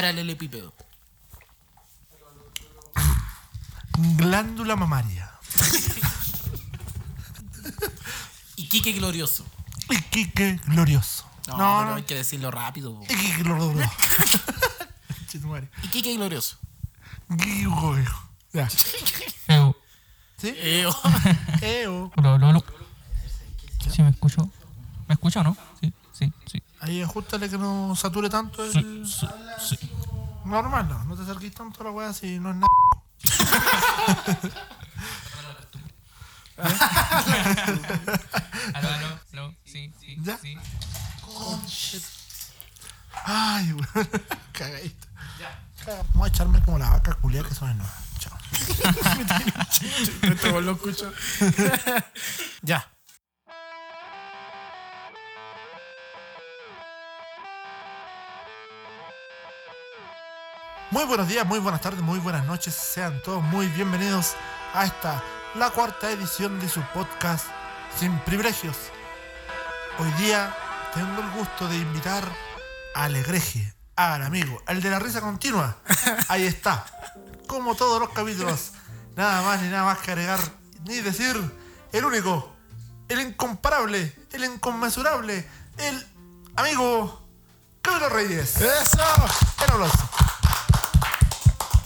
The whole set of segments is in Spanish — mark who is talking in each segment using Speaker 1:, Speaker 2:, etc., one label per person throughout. Speaker 1: Paralelepípedo.
Speaker 2: Glándula mamaria.
Speaker 1: Iquique glorioso.
Speaker 2: Iquique glorioso.
Speaker 1: No,
Speaker 2: No,
Speaker 1: pero
Speaker 2: no.
Speaker 1: hay que decirlo rápido. po.
Speaker 2: Iquique glorioso. Chetumare.
Speaker 1: Iquique glorioso.
Speaker 2: Iquique glorioso. Ya.
Speaker 3: Eu,
Speaker 2: ¿Sí?
Speaker 1: Eh, oh.
Speaker 2: Eo.
Speaker 3: Eh, lo, lo, lo. Sí, me escucho. ¿Me escucha o no? Sí, sí, sí.
Speaker 2: Ahí ajustale que no sature tanto
Speaker 3: Sí,
Speaker 2: el...
Speaker 3: sí, sí.
Speaker 2: Normal, no. No te acerques tanto a la weá si no es nada.
Speaker 3: Aló, aló, aló, sí, sí,
Speaker 2: ¿Ya?
Speaker 3: sí.
Speaker 2: Ay, weón. Cagadito. Ya. Voy a echarme como la vaca culia que son nuevas. Chao.
Speaker 1: Esto lo escucho.
Speaker 2: Ya. Muy buenos días, muy buenas tardes, muy buenas noches. Sean todos muy bienvenidos a esta, la cuarta edición de su podcast Sin Privilegios. Hoy día tengo el gusto de invitar al egreje, al amigo, el de la risa continua. Ahí está. Como todos los capítulos, nada más ni nada más que agregar ni decir, el único, el incomparable, el inconmensurable, el amigo Camilo Reyes. ¡Eso! El aplauso.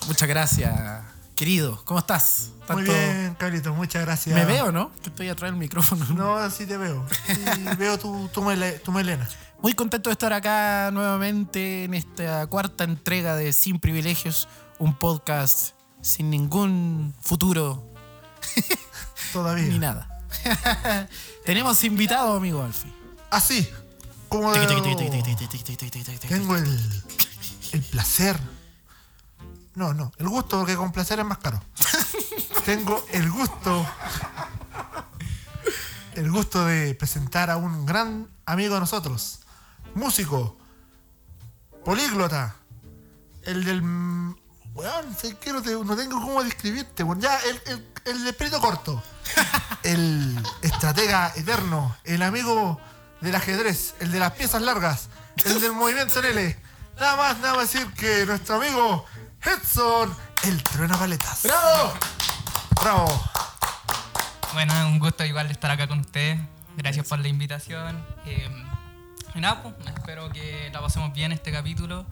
Speaker 1: Muchas gracias, querido. ¿Cómo estás?
Speaker 2: Muy
Speaker 1: Tanto-
Speaker 2: bien, Carlito, muchas gracias.
Speaker 1: ¿Me veo, no? Que estoy atrás del micrófono.
Speaker 2: No, sí te veo. Sí, veo tu, tu, mele- tu melena.
Speaker 1: Muy contento de estar acá nuevamente en esta cuarta entrega de Sin Privilegios, un podcast sin ningún futuro
Speaker 2: Todavía.
Speaker 1: ni nada. Tenemos invitado, amigo Alfie.
Speaker 2: Así como de-
Speaker 1: Este,
Speaker 2: tengo el, el placer. No, no, el gusto, porque con placer es más caro. tengo el gusto. El gusto de presentar a un gran amigo de nosotros. Músico. Políglota. El del. Weón, sé que no, te- no tengo cómo describirte, weón. Ya, el, el, el de pelito corto. El estratega eterno. El amigo del ajedrez. El de las piezas largas. El del movimiento en L. Nada más, nada más decir que nuestro amigo Edson, el truena paletas. ¡Bravo! ¡Bravo!
Speaker 3: Bueno, un gusto igual de estar acá con ustedes. Gracias por la invitación. Eh, y nada, pues, espero que la pasemos bien este capítulo.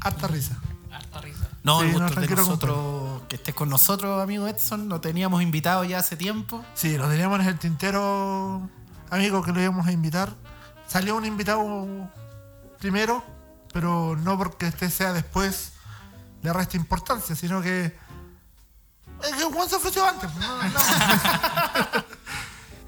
Speaker 2: Harta risa.
Speaker 3: Harta risa.
Speaker 1: No,
Speaker 2: Sí,
Speaker 1: el
Speaker 2: no,
Speaker 1: gusto de
Speaker 2: tranquilo,
Speaker 1: nosotros que estés con nosotros, amigo Edson. Lo teníamos invitado ya hace tiempo.
Speaker 2: Sí, lo teníamos en el tintero, amigo, que lo íbamos a invitar. Salió un invitado primero, pero no porque este sea después le resta importancia, sino que. Es que Juan se ofreció antes. pues, no, no.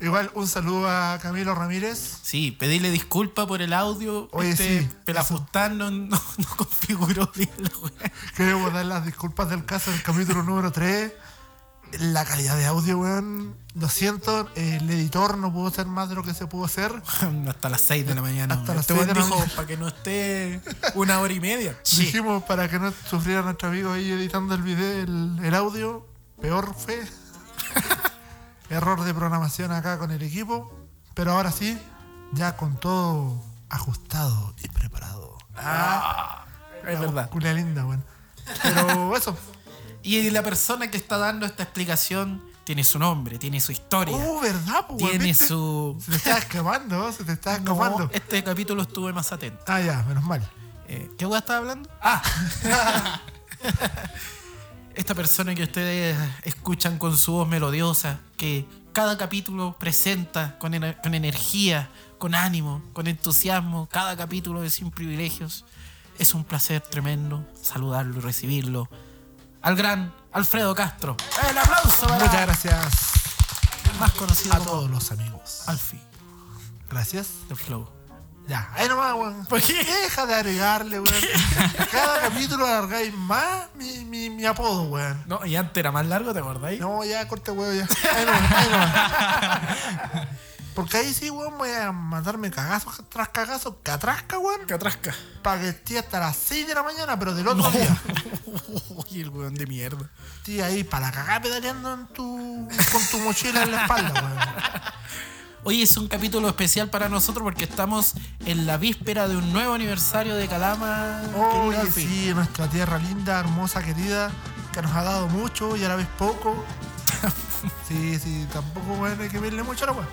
Speaker 2: Igual, un saludo a Camilo Ramírez.
Speaker 1: Sí, pedirle disculpa por el audio.
Speaker 2: Oye,
Speaker 1: este
Speaker 2: sí,
Speaker 1: pelafustán no, no, no configuró bien la wea.
Speaker 2: Queremos dar las disculpas del caso del capítulo número 3. La calidad de audio, weón. Lo siento, el editor no pudo hacer más de lo que se pudo hacer.
Speaker 1: Hasta las 6 de la mañana.
Speaker 2: Hasta
Speaker 1: weón.
Speaker 2: las
Speaker 1: Este
Speaker 2: seis
Speaker 1: weón
Speaker 2: de la
Speaker 1: dijo
Speaker 2: mañana.
Speaker 1: para que no esté una hora y media. Sí.
Speaker 2: Dijimos para que no sufriera nuestro amigo ahí editando el video, el, el audio. Peor fue. Error de programación acá con el equipo. Pero ahora sí, ya con todo ajustado y preparado.
Speaker 1: Ah, Es verdad.
Speaker 2: Culia linda, weón. Pero eso.
Speaker 1: Y la persona que está dando esta explicación tiene su nombre, tiene su historia,
Speaker 2: Oh, ¿verdad? po, weón?
Speaker 1: tiene
Speaker 2: ¿Viste?
Speaker 1: su.
Speaker 2: Se te está escapando, se te está
Speaker 1: No,
Speaker 2: escapando.
Speaker 1: este capítulo estuve más atento.
Speaker 2: Ah, ya, menos mal.
Speaker 1: Eh, ¿Qué weá estaba hablando? Ah. Esta persona que ustedes escuchan con su voz melodiosa, que cada capítulo presenta con, ener- con energía, con ánimo, con entusiasmo, cada capítulo de Sin Privilegios. Es un placer tremendo saludarlo y recibirlo. Al gran Alfredo Castro. El aplauso para
Speaker 2: Muchas gracias
Speaker 1: más conocido
Speaker 2: a
Speaker 1: como
Speaker 2: todos los amigos.
Speaker 1: Alfie
Speaker 2: Gracias.
Speaker 1: del Flow.
Speaker 2: Ya, ahí nomás, weón.
Speaker 1: ¿Por qué?
Speaker 2: Deja de agregarle, weón. Cada capítulo alargáis más mi, mi, mi apodo, weón.
Speaker 1: No, y antes era más largo, ¿te acordáis?
Speaker 2: No, ya, corte, weón, ya. Ahí nomás, ahí nomás. Porque ahí sí, weón, voy a mandarme cagazos tras cagazos, catrasca, weón.
Speaker 1: Catrasca.
Speaker 2: Para que esté hasta las 6 de la mañana, pero del otro
Speaker 1: No.
Speaker 2: día.
Speaker 1: Uy, el weón de mierda.
Speaker 2: Esté ahí para cagar pedaleando en tu, con tu mochila en la espalda, weón.
Speaker 1: Hoy es un capítulo especial para nosotros porque estamos en la víspera de un nuevo aniversario de Calama.
Speaker 2: Oye,
Speaker 1: querido Alfie.
Speaker 2: sí, nuestra tierra linda, hermosa, querida, que nos ha dado mucho y a la vez poco. sí, sí, tampoco bueno, hay que verle mucho a la weá.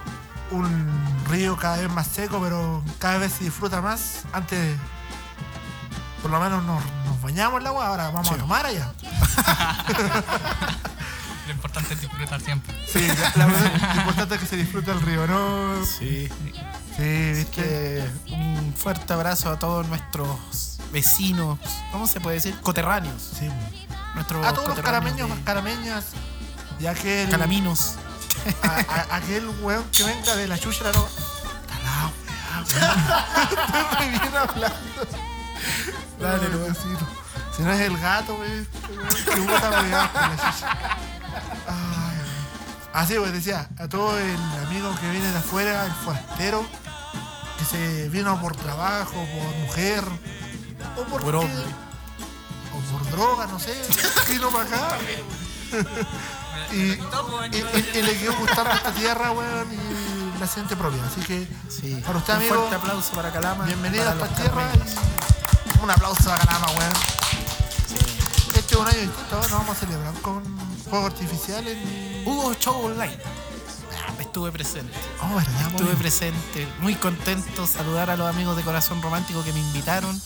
Speaker 2: Un río cada vez más seco, pero cada vez se disfruta más. Antes, por lo menos nos, nos bañamos en la agua, ahora vamos
Speaker 1: Sí.
Speaker 2: a tomar allá.
Speaker 3: Lo importante es disfrutar siempre.
Speaker 2: Sí, la- la verdad, lo importante es que se disfruta el río, ¿no?
Speaker 1: Sí.
Speaker 2: Sí,
Speaker 1: Así
Speaker 2: viste.
Speaker 1: que un fuerte abrazo a todos nuestros vecinos, ¿cómo se puede decir? Coterráneos.
Speaker 2: Sí.
Speaker 1: Nuestros
Speaker 2: A todos los
Speaker 1: coterráneos
Speaker 2: carameños,
Speaker 1: de-
Speaker 2: carameñas, y aquel,
Speaker 1: calaminos.
Speaker 2: a- a- aquel weón que venga de la chucha, la no. Está la weá, weón. Estoy muy bien hablando.
Speaker 1: Dale,
Speaker 2: Ay,
Speaker 1: weón.
Speaker 2: Diosito. Si no es el gato, weón, este weón, que puta weá, con la chucha. Ay, weón. Así, pues decía, a todo el amigo que viene de afuera, el forastero, que se vino por trabajo, por mujer, o por,
Speaker 1: Por hombre.
Speaker 2: o por droga, no sé, vino para acá.
Speaker 3: Me- me
Speaker 2: Y,
Speaker 3: lo quitó, pues,
Speaker 2: y-
Speaker 3: yo-
Speaker 2: y- y le quedó gustando esta tierra, weón, y la siente propia. Así que,
Speaker 1: Sí.
Speaker 2: para usted,
Speaker 1: un
Speaker 2: amigo,
Speaker 1: fuerte aplauso para Calama.
Speaker 2: bienvenido a
Speaker 1: para
Speaker 2: esta
Speaker 1: los
Speaker 2: tierra.
Speaker 1: carameños.
Speaker 2: y un aplauso a Calama, weón. Este es un año distinto, nos vamos a celebrar con fuegos artificiales.
Speaker 1: Hubo show online. Ah, Estuve presente.
Speaker 2: Oh, verdad,
Speaker 1: Estuve
Speaker 2: weón.
Speaker 1: presente, muy contento saludar a los amigos de Corazón Romántico que me invitaron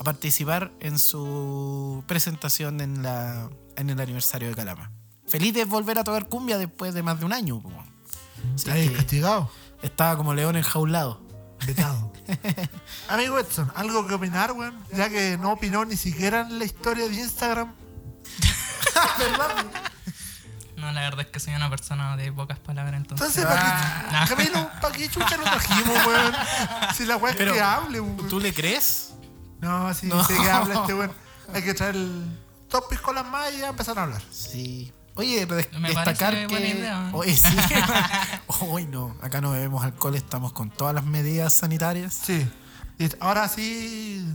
Speaker 1: a participar en su presentación en, la, en el aniversario de Calama. Feliz de volver a tocar cumbia después de más de un año. po. Así
Speaker 2: Está ahí,
Speaker 1: que
Speaker 2: castigado,
Speaker 1: estaba como león enjaulado.
Speaker 2: vetado. Amigo Edson, ¿algo que opinar, weón? Ya que no opinó ni siquiera en la historia de Instagram. ¿Verdad?
Speaker 3: No, la verdad es que soy una persona de pocas palabras, entonces.
Speaker 2: Entonces, ¿para
Speaker 1: Ah.
Speaker 2: qué, Camilo, ¿para qué chucha lo trajimos, pues, weón? Si la weá es
Speaker 1: Pero,
Speaker 2: que hable, weón.
Speaker 1: ¿Tú le crees?
Speaker 2: No, sí,
Speaker 1: No.
Speaker 2: sé que habla este weón. Hay que traer el top piscolas más y ya empezar a hablar.
Speaker 1: Sí. Oye, de-
Speaker 3: Me
Speaker 1: destacar
Speaker 3: parece
Speaker 1: que...
Speaker 3: buena idea.
Speaker 1: Oye, sí. Hoy no, acá no bebemos alcohol, estamos con todas las medidas sanitarias.
Speaker 2: Sí. Y ahora sí,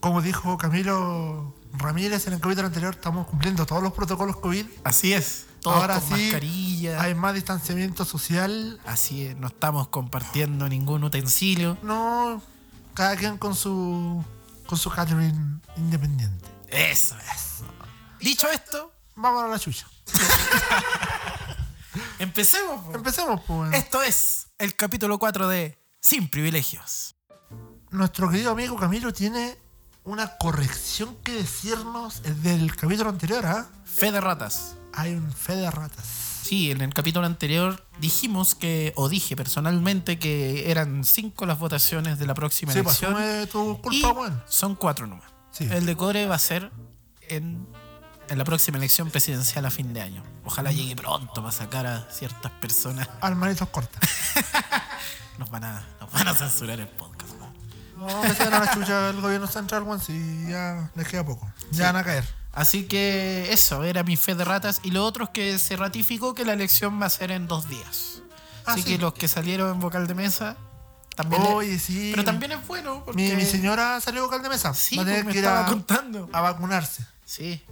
Speaker 2: como dijo Camilo Ramírez en el capítulo anterior, estamos cumpliendo todos los protocolos COVID.
Speaker 1: Así es. Todos
Speaker 2: Ahora
Speaker 1: con
Speaker 2: sí,
Speaker 1: mascarilla.
Speaker 2: Hay más distanciamiento social.
Speaker 1: Así es, no estamos compartiendo ningún utensilio.
Speaker 2: No, cada quien con su con su catering independiente.
Speaker 1: Eso es. Dicho esto,
Speaker 2: Vamos a la chucha.
Speaker 1: empecemos. po.
Speaker 2: Empecemos, pues. weón.
Speaker 1: Esto es el capítulo 4 de Sin Privilegios.
Speaker 2: Nuestro querido amigo Camilo tiene una corrección que decirnos del capítulo anterior, ¿ah?
Speaker 1: Fe de ratas.
Speaker 2: Hay un fe de ratas.
Speaker 1: Sí, en el capítulo anterior dijimos que, o dije personalmente, que eran cinco las votaciones de la próxima
Speaker 2: Sí, pues
Speaker 1: elección.
Speaker 2: asume tu
Speaker 1: y
Speaker 2: culpa, weón.
Speaker 1: son cuatro nomás.
Speaker 2: Sí.
Speaker 1: El de cobre va a ser en, en la próxima elección presidencial a fin de año. Ojalá llegue pronto para sacar a ciertas personas.
Speaker 2: Al manitos corta.
Speaker 1: Nos van a, nos van a censurar el podcast. ¿no?
Speaker 2: No, que se den a la chucha el gobierno central, weón, si ya les queda poco. Ya van a caer.
Speaker 1: Así que eso, era mi fe de ratas. Y lo otro es que se ratificó que la elección va a ser en dos días.
Speaker 2: Ah,
Speaker 1: Así
Speaker 2: sí.
Speaker 1: que los que salieron en vocal de mesa también. le-
Speaker 2: Oye, sí.
Speaker 1: Pero también es bueno porque.
Speaker 2: Mi, mi señora salió vocal de mesa.
Speaker 1: Sí,
Speaker 2: Va a
Speaker 1: pues,
Speaker 2: tener
Speaker 1: me
Speaker 2: que ir
Speaker 1: estaba
Speaker 2: a,
Speaker 1: contando.
Speaker 2: a vacunarse.
Speaker 1: Sí.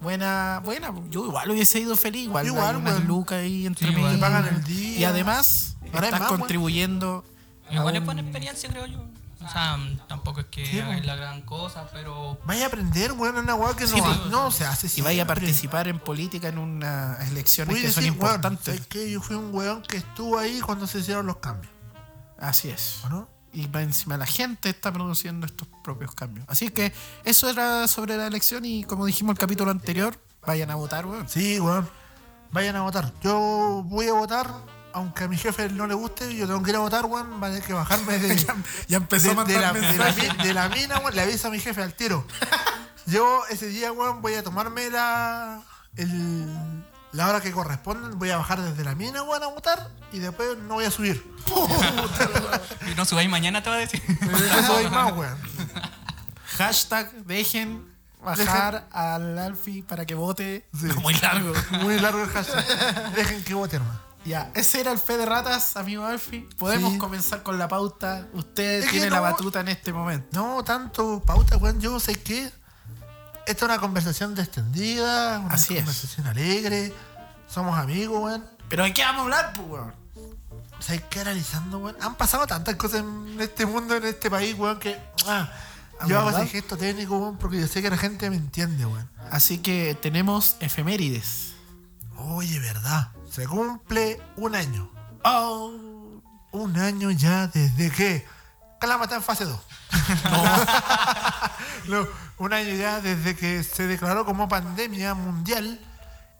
Speaker 1: Buena, buena. Yo igual hubiese ido feliz. Igual,
Speaker 2: Igual,
Speaker 1: hay unas
Speaker 2: weón.
Speaker 1: lucas ahí entre
Speaker 3: Sí,
Speaker 1: medio.
Speaker 3: igual. Te
Speaker 2: pagan el día.
Speaker 1: Y además,
Speaker 2: Ahora hay
Speaker 1: estás
Speaker 2: más, weón.
Speaker 1: contribuyendo. a
Speaker 3: Igual es
Speaker 1: un-
Speaker 3: buena experiencia, creo yo. O sea, tampoco es que
Speaker 2: Sí,
Speaker 3: hagáis
Speaker 2: pues.
Speaker 3: la gran cosa, pero
Speaker 2: Vaya a aprender, weón, una weá que
Speaker 1: Sí,
Speaker 2: no,
Speaker 1: pues.
Speaker 2: no se hace.
Speaker 1: Y vaya a
Speaker 2: siempre.
Speaker 1: participar en política en unas elecciones
Speaker 2: Voy a
Speaker 1: que son
Speaker 2: decir, weón,
Speaker 1: importantes.
Speaker 2: ¿sabes qué? Yo fui un weón que estuvo ahí cuando se hicieron los cambios,
Speaker 1: Así es.
Speaker 2: ¿o ¿no?
Speaker 1: y más encima la gente está produciendo estos propios cambios. Así que eso era sobre la elección y como dijimos el capítulo anterior, vayan a votar, weón.
Speaker 2: Sí, weón. Vayan a votar. Yo voy a votar, aunque a mi jefe no le guste, yo tengo que ir a votar, weón. Va a tener que bajarme de,
Speaker 1: Ya empezó
Speaker 2: de-
Speaker 1: a mandar
Speaker 2: de la, de, la,
Speaker 1: mensajes.
Speaker 2: mi- de la mina, weón. Le aviso a mi jefe al tiro. Yo ese día, weón, voy a tomarme la, el- la hora que corresponde. Voy a bajar desde la mina, weón, a votar y después no voy a subir.
Speaker 3: Y no subáis mañana, te va a decir.
Speaker 2: Eso soy más, weón.
Speaker 1: Hashtag dejen bajar al Alfie para que vote. Como el largo.
Speaker 2: Muy largo el hashtag. Dejen que vote, hermano.
Speaker 1: ya, ese era el fe de ratas, amigo Alfie. Podemos
Speaker 2: Sí.
Speaker 1: comenzar con la pauta. Usted
Speaker 2: Es que
Speaker 1: tiene la
Speaker 2: no-
Speaker 1: batuta en este momento.
Speaker 2: No, tanto pauta, weón. Yo sé que esta es una conversación destendida, una
Speaker 1: Así es.
Speaker 2: conversación alegre. Somos amigos, weón.
Speaker 1: Pero ¿de qué vamos a hablar, pues, weón?
Speaker 2: ¿Sabes qué analizando, weón? Han pasado tantas cosas en este mundo, en este país, weón, que. ah,
Speaker 1: Ah,
Speaker 2: yo hago
Speaker 1: ¿verdad?
Speaker 2: ese gesto técnico, weón, porque yo sé que la gente me entiende, weón.
Speaker 1: Así que tenemos efemérides.
Speaker 2: Oye, ¿verdad? Se cumple un año. Oh, un año ya desde que Calama está en fase 2. No, un año ya desde que se declaró como pandemia mundial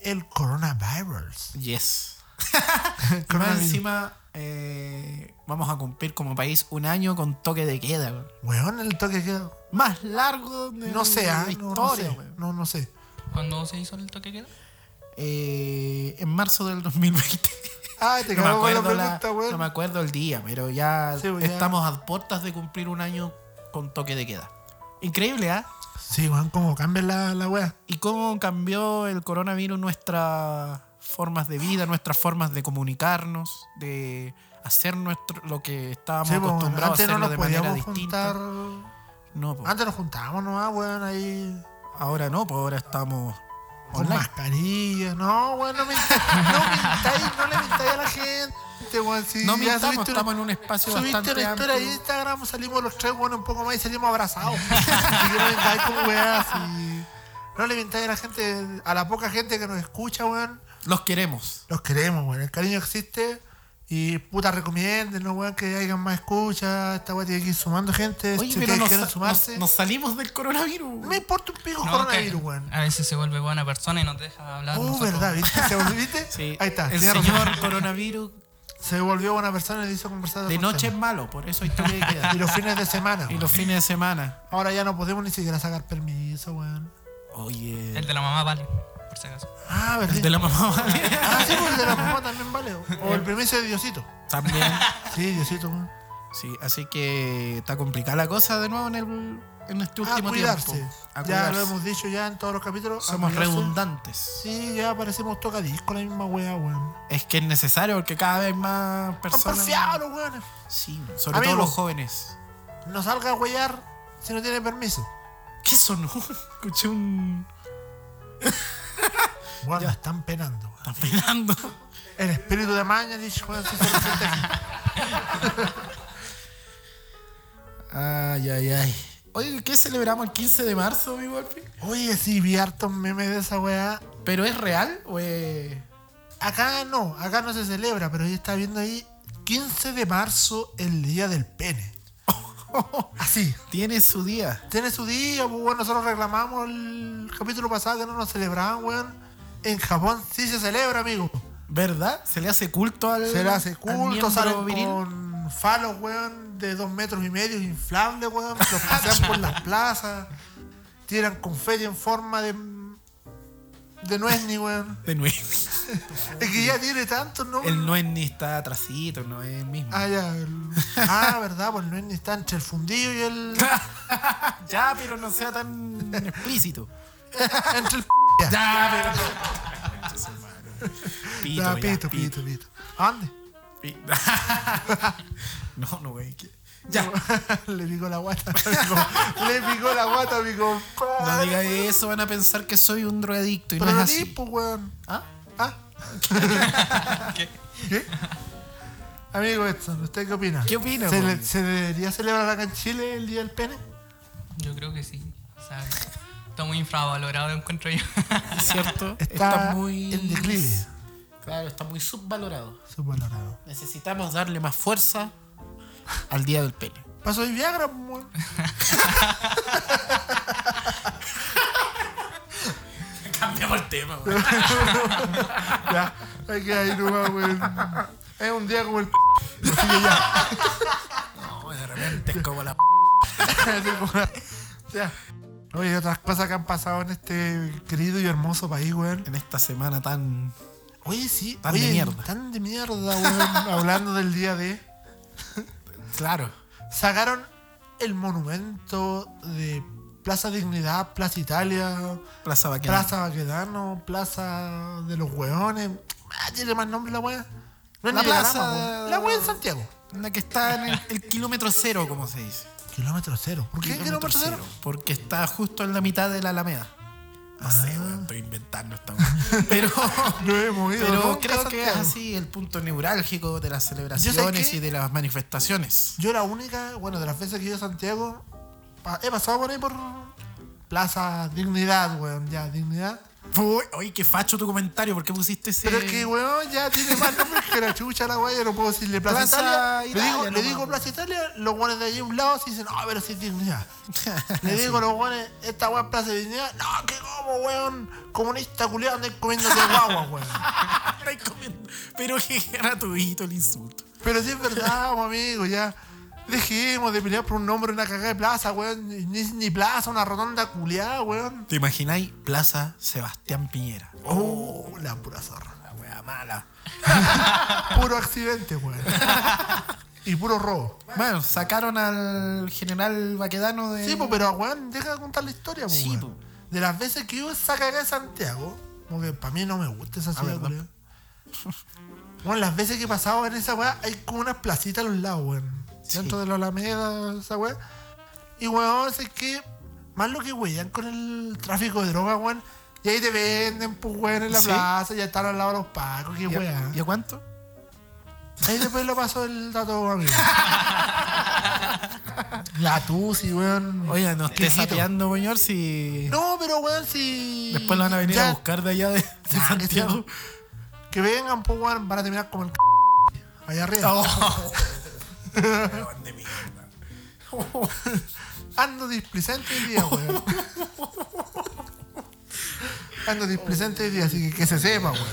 Speaker 2: el coronavirus.
Speaker 1: Yes. Más
Speaker 2: Coronavirus.
Speaker 1: encima, eh, vamos a cumplir como país un año con toque de queda. weón.
Speaker 2: Weón, el toque queda.
Speaker 1: Más largo de
Speaker 2: No sé,
Speaker 1: la
Speaker 2: ah, no, no
Speaker 1: historia.
Speaker 2: sé.
Speaker 1: weón.
Speaker 2: No, no sé.
Speaker 3: ¿Cuándo se hizo el toque de queda?
Speaker 1: Eh, en marzo del 2020.
Speaker 2: Ay, te
Speaker 1: No me,
Speaker 2: cago con la
Speaker 1: acuerdo la-
Speaker 2: pregunta, weón.
Speaker 1: no me acuerdo el día, pero ya
Speaker 2: Sí, weón, ya.
Speaker 1: estamos a puertas de cumplir un año con toque de queda. Increíble, ¿ah?
Speaker 2: Sí, weón, como cambia la, la weá.
Speaker 1: ¿Y cómo cambió el coronavirus nuestras formas de vida, nuestras formas de comunicarnos, de hacer nuestro lo que estábamos
Speaker 2: Sí, weón,
Speaker 1: acostumbrados a
Speaker 2: antes no
Speaker 1: hacerlo
Speaker 2: nos
Speaker 1: de manera
Speaker 2: podíamos
Speaker 1: distinta? Oh.
Speaker 2: juntar.
Speaker 1: No, pues. po.
Speaker 2: Antes nos juntábamos nomás, weón, ahí.
Speaker 1: ahora no, pues ahora estamos
Speaker 2: Con
Speaker 1: online.
Speaker 2: mascarilla. No, weón, no mintáis. No mintáis, no le mintáis a la gente, weón. Sí,
Speaker 1: No
Speaker 2: ya
Speaker 1: mintamos,
Speaker 2: subiste
Speaker 1: estamos
Speaker 2: una-
Speaker 1: en un espacio
Speaker 2: Subiste una
Speaker 1: bastante
Speaker 2: historia
Speaker 1: amplio.
Speaker 2: de Instagram, salimos los tres, bueno, un poco más y salimos abrazados. Así que no mintáis como weas y No le mintáis a la gente, a la poca gente que nos escucha, weón.
Speaker 1: Los queremos.
Speaker 2: Los queremos, weón. El cariño existe. Y puta, recomienden, weón, que hayan más escucha. Esta weá tiene que ir sumando gente.
Speaker 1: Oye,
Speaker 2: si
Speaker 1: pero
Speaker 2: ustedes
Speaker 1: nos,
Speaker 2: quieren
Speaker 1: nos-
Speaker 2: sumarse.
Speaker 1: nos salimos del coronavirus.
Speaker 2: Me importa un pico
Speaker 3: No,
Speaker 2: coronavirus,
Speaker 3: que
Speaker 2: weón.
Speaker 3: A veces se vuelve buena persona y nos deja hablar.
Speaker 2: Oh,
Speaker 3: nosotros.
Speaker 2: verdad, ¿viste? ¿Se volvió, ¿viste?
Speaker 1: Ah, Sí,
Speaker 2: Ahí está.
Speaker 1: El
Speaker 2: tiene razón.
Speaker 1: señor coronavirus
Speaker 2: Se volvió buena persona y le hizo conversar
Speaker 1: de
Speaker 2: otros
Speaker 1: noche es
Speaker 2: temas.
Speaker 1: malo, por eso hay toque de queda.
Speaker 2: Y los fines de semana.
Speaker 1: y
Speaker 2: weón.
Speaker 1: los fines de semana.
Speaker 2: Ahora ya no podemos ni siquiera sacar permiso, weón.
Speaker 1: Oye.
Speaker 3: El de la mamá vale, por si acaso.
Speaker 2: Ah, ¿verdad?
Speaker 1: el de la mamá. ¿vale?
Speaker 2: Ah, sí, pues el de la mamá también vale. O el permiso de Diosito.
Speaker 1: También.
Speaker 2: Sí, Diosito, weón. Ah,
Speaker 1: Sí, así que está complicada la cosa de nuevo en, el, en este
Speaker 2: A
Speaker 1: último
Speaker 2: cuidarse.
Speaker 1: tiempo. A
Speaker 2: Ya
Speaker 1: cuidarse.
Speaker 2: lo hemos dicho ya en todos los capítulos. a
Speaker 1: Somos
Speaker 2: cuidarse.
Speaker 1: redundantes.
Speaker 2: Sí, ya parecemos tocadiscos la misma weá, weón.
Speaker 1: Es que es necesario porque cada vez más
Speaker 2: Están
Speaker 1: personas.
Speaker 2: porfiados los weones.
Speaker 1: Sí, sobre
Speaker 2: Amigo.
Speaker 1: todo los jóvenes.
Speaker 2: No salga a huear si no tiene permiso.
Speaker 1: ¿Qué sonó? Escuché un.
Speaker 2: Weón, la están penando, weón.
Speaker 1: Están pegando.
Speaker 2: El espíritu de maña, dice, weón, sí se presenta aquí.
Speaker 1: Ay, ay, ay. Oye, ¿qué celebramos el 15 de marzo, mi golpe?
Speaker 2: Oye, sí, vi hartos memes de esa weá.
Speaker 1: ¿Pero es real o es.?
Speaker 2: Acá no, acá no se celebra, pero yo estaba viendo ahí 15 de marzo, el día del pene. Así,
Speaker 1: Tiene su día.
Speaker 2: tiene su día, pues bueno, nosotros reclamamos el capítulo pasado que no nos celebraban, weón. En Japón sí se celebra, amigo.
Speaker 1: ¿Verdad? Se le hace culto al.
Speaker 2: Se le hace
Speaker 1: al
Speaker 2: culto,
Speaker 1: miembro
Speaker 2: salen
Speaker 1: viril.
Speaker 2: con falos, weón, de dos metros y medio, inflables, weón. Los pasean por las plazas, tiran confeti en forma de. de nuez ni, weón.
Speaker 1: De nuevo.
Speaker 2: Es que ya tiene tantos nombres.
Speaker 1: El no es ni está atrasito, no es el mismo.
Speaker 2: Ah, ya. el- Ah, verdad, pues no es ni está entre el fundillo y el.
Speaker 1: Ya, pero no sea tan explícito.
Speaker 2: entre el. Ya,
Speaker 1: Ya, pero. Pito,
Speaker 2: ya,
Speaker 1: ya,
Speaker 2: Ah,
Speaker 1: pito,
Speaker 2: pito, pito, pito. ¿A dónde?
Speaker 1: pi- No, no, güey. que- Ya.
Speaker 2: Le picó la guata. amigo. Le picó la guata, a mi
Speaker 1: No
Speaker 2: compadre.
Speaker 1: diga eso, van a pensar que soy un drogadicto y no
Speaker 2: Pero
Speaker 1: es
Speaker 2: no
Speaker 1: así.
Speaker 2: tipo, weón.
Speaker 1: ¿Ah?
Speaker 2: ¿Ah? ¿Qué? Amigo Edson, ¿usted qué opina?
Speaker 1: ¿Qué opina,
Speaker 2: ¿Se,
Speaker 1: weón?
Speaker 2: le- se debería celebrar acá en Chile el Día del Pene?
Speaker 3: Yo creo que sí. O sea, está muy infravalorado, encuentro yo.
Speaker 1: ¿Es ¿Cierto?
Speaker 2: Está en declive.
Speaker 1: Claro, está muy subvalorado.
Speaker 2: Subvalorado.
Speaker 1: Necesitamos darle más fuerza al día del pene.
Speaker 2: Pasó de Viagra, pues, weón.
Speaker 1: Cambiamos el tema, güey.
Speaker 2: Ya, hay que ir nomás, weón. Es un día como el p. Así que ya.
Speaker 1: No, de repente es como la. p-
Speaker 2: Así como- ya. Oye, otras cosas que han pasado en este querido y hermoso país, weón.
Speaker 1: En esta semana tan.
Speaker 2: Oye, sí,
Speaker 1: Tan de
Speaker 2: oye,
Speaker 1: mierda.
Speaker 2: Tan de mierda, weón. Hablando del día de.
Speaker 1: Claro.
Speaker 2: Sacaron el monumento de Plaza Dignidad, Plaza Italia,
Speaker 1: Plaza Baquedano.
Speaker 2: Plaza Baquedano, Plaza de los Weones. Ah, tiene más nombre la weá. No es
Speaker 1: La
Speaker 2: ni de
Speaker 1: plaza-
Speaker 2: Calama, weón. La weá en Santiago.
Speaker 1: La que está en el, el kilómetro cero, como se dice.
Speaker 2: Kilómetro cero. ¿Por qué kilómetro cero?
Speaker 1: Porque está justo en la mitad de la Alameda. No sé, weón, estoy inventando esta weón. Pero,
Speaker 2: No hemos ido
Speaker 1: pero
Speaker 2: nunca a
Speaker 1: creo que es
Speaker 2: Santiago.
Speaker 1: así el punto neurálgico de las
Speaker 2: ¿Yo sé
Speaker 1: celebraciones
Speaker 2: qué?
Speaker 1: y de las manifestaciones.
Speaker 2: Yo la única, bueno, de las veces que he ido a Santiago, pa- he pasado por ahí por Plaza Dignidad, weón, ya, Dignidad.
Speaker 1: Uy, Oye, qué facho tu comentario, ¿por qué pusiste ese?
Speaker 2: Pero es que, weón, ya tiene más nombres que la chucha, la weá, yo no puedo decirle Plaza,
Speaker 1: Plaza
Speaker 2: Italia.
Speaker 1: Italia,
Speaker 2: le digo,
Speaker 1: no
Speaker 2: le
Speaker 1: más,
Speaker 2: digo
Speaker 1: weón.
Speaker 2: Plaza Italia, los guanes de allí a un lado sí dicen, ah, pero sí es Dignidad. Le digo a los guanes, esta weá es Plaza de Dignidad, no, que como, weón, comunista culiado, andáis comiéndote guagua, weón.
Speaker 1: Ay, comen- Pero que gratuito el insulto.
Speaker 2: Pero sí es verdad, po, amigo, ya. Dejemos de pelear por un nombre, una cagada de plaza, weón. Ni, ni plaza, una rotonda culiada, weón.
Speaker 1: ¿Te imagináis Plaza Sebastián Piñera?
Speaker 2: Oh, la pura zorra.
Speaker 1: La wea mala.
Speaker 2: Puro accidente, weón. Y puro robo.
Speaker 1: Bueno, sacaron al general Baquedano de.
Speaker 2: Sí, pues, po, pero weón, deja de contar la historia, po,
Speaker 1: Sí,
Speaker 2: weón.
Speaker 1: po.
Speaker 2: De las veces que yo esa cagada de Santiago, porque para mí no me gusta esa ciudad,
Speaker 1: ver, dame.
Speaker 2: weón. Bueno, las veces que he pasado en esa weá, hay como unas placitas a los lados, weón.
Speaker 1: Sí.
Speaker 2: Dentro de la Alameda, esa weá. Y weón, es que más lo que wean con el tráfico de droga, weón. Y ahí te venden, pues weón, en la
Speaker 1: Sí.
Speaker 2: plaza, ya están al lado de los pacos, qué
Speaker 1: ¿Y a,
Speaker 2: weá.
Speaker 1: y a cuánto?
Speaker 2: Ahí después lo pasó el dato, amigo. la Tusi, weón.
Speaker 1: Oye, no estés
Speaker 2: Quejito.
Speaker 1: sapeando, señor, si.
Speaker 2: Mm. No, pero weón, si.
Speaker 1: Después lo van a venir
Speaker 2: Ya,
Speaker 1: a buscar de allá de, de
Speaker 2: Ah, que sí.
Speaker 1: Santiago.
Speaker 2: Que vengan, pues weón, van a terminar como el c. Allá arriba.
Speaker 1: Oh.
Speaker 2: Ando displicente hoy día, weón. Ando displicente hoy día, así que que se sepa, weón.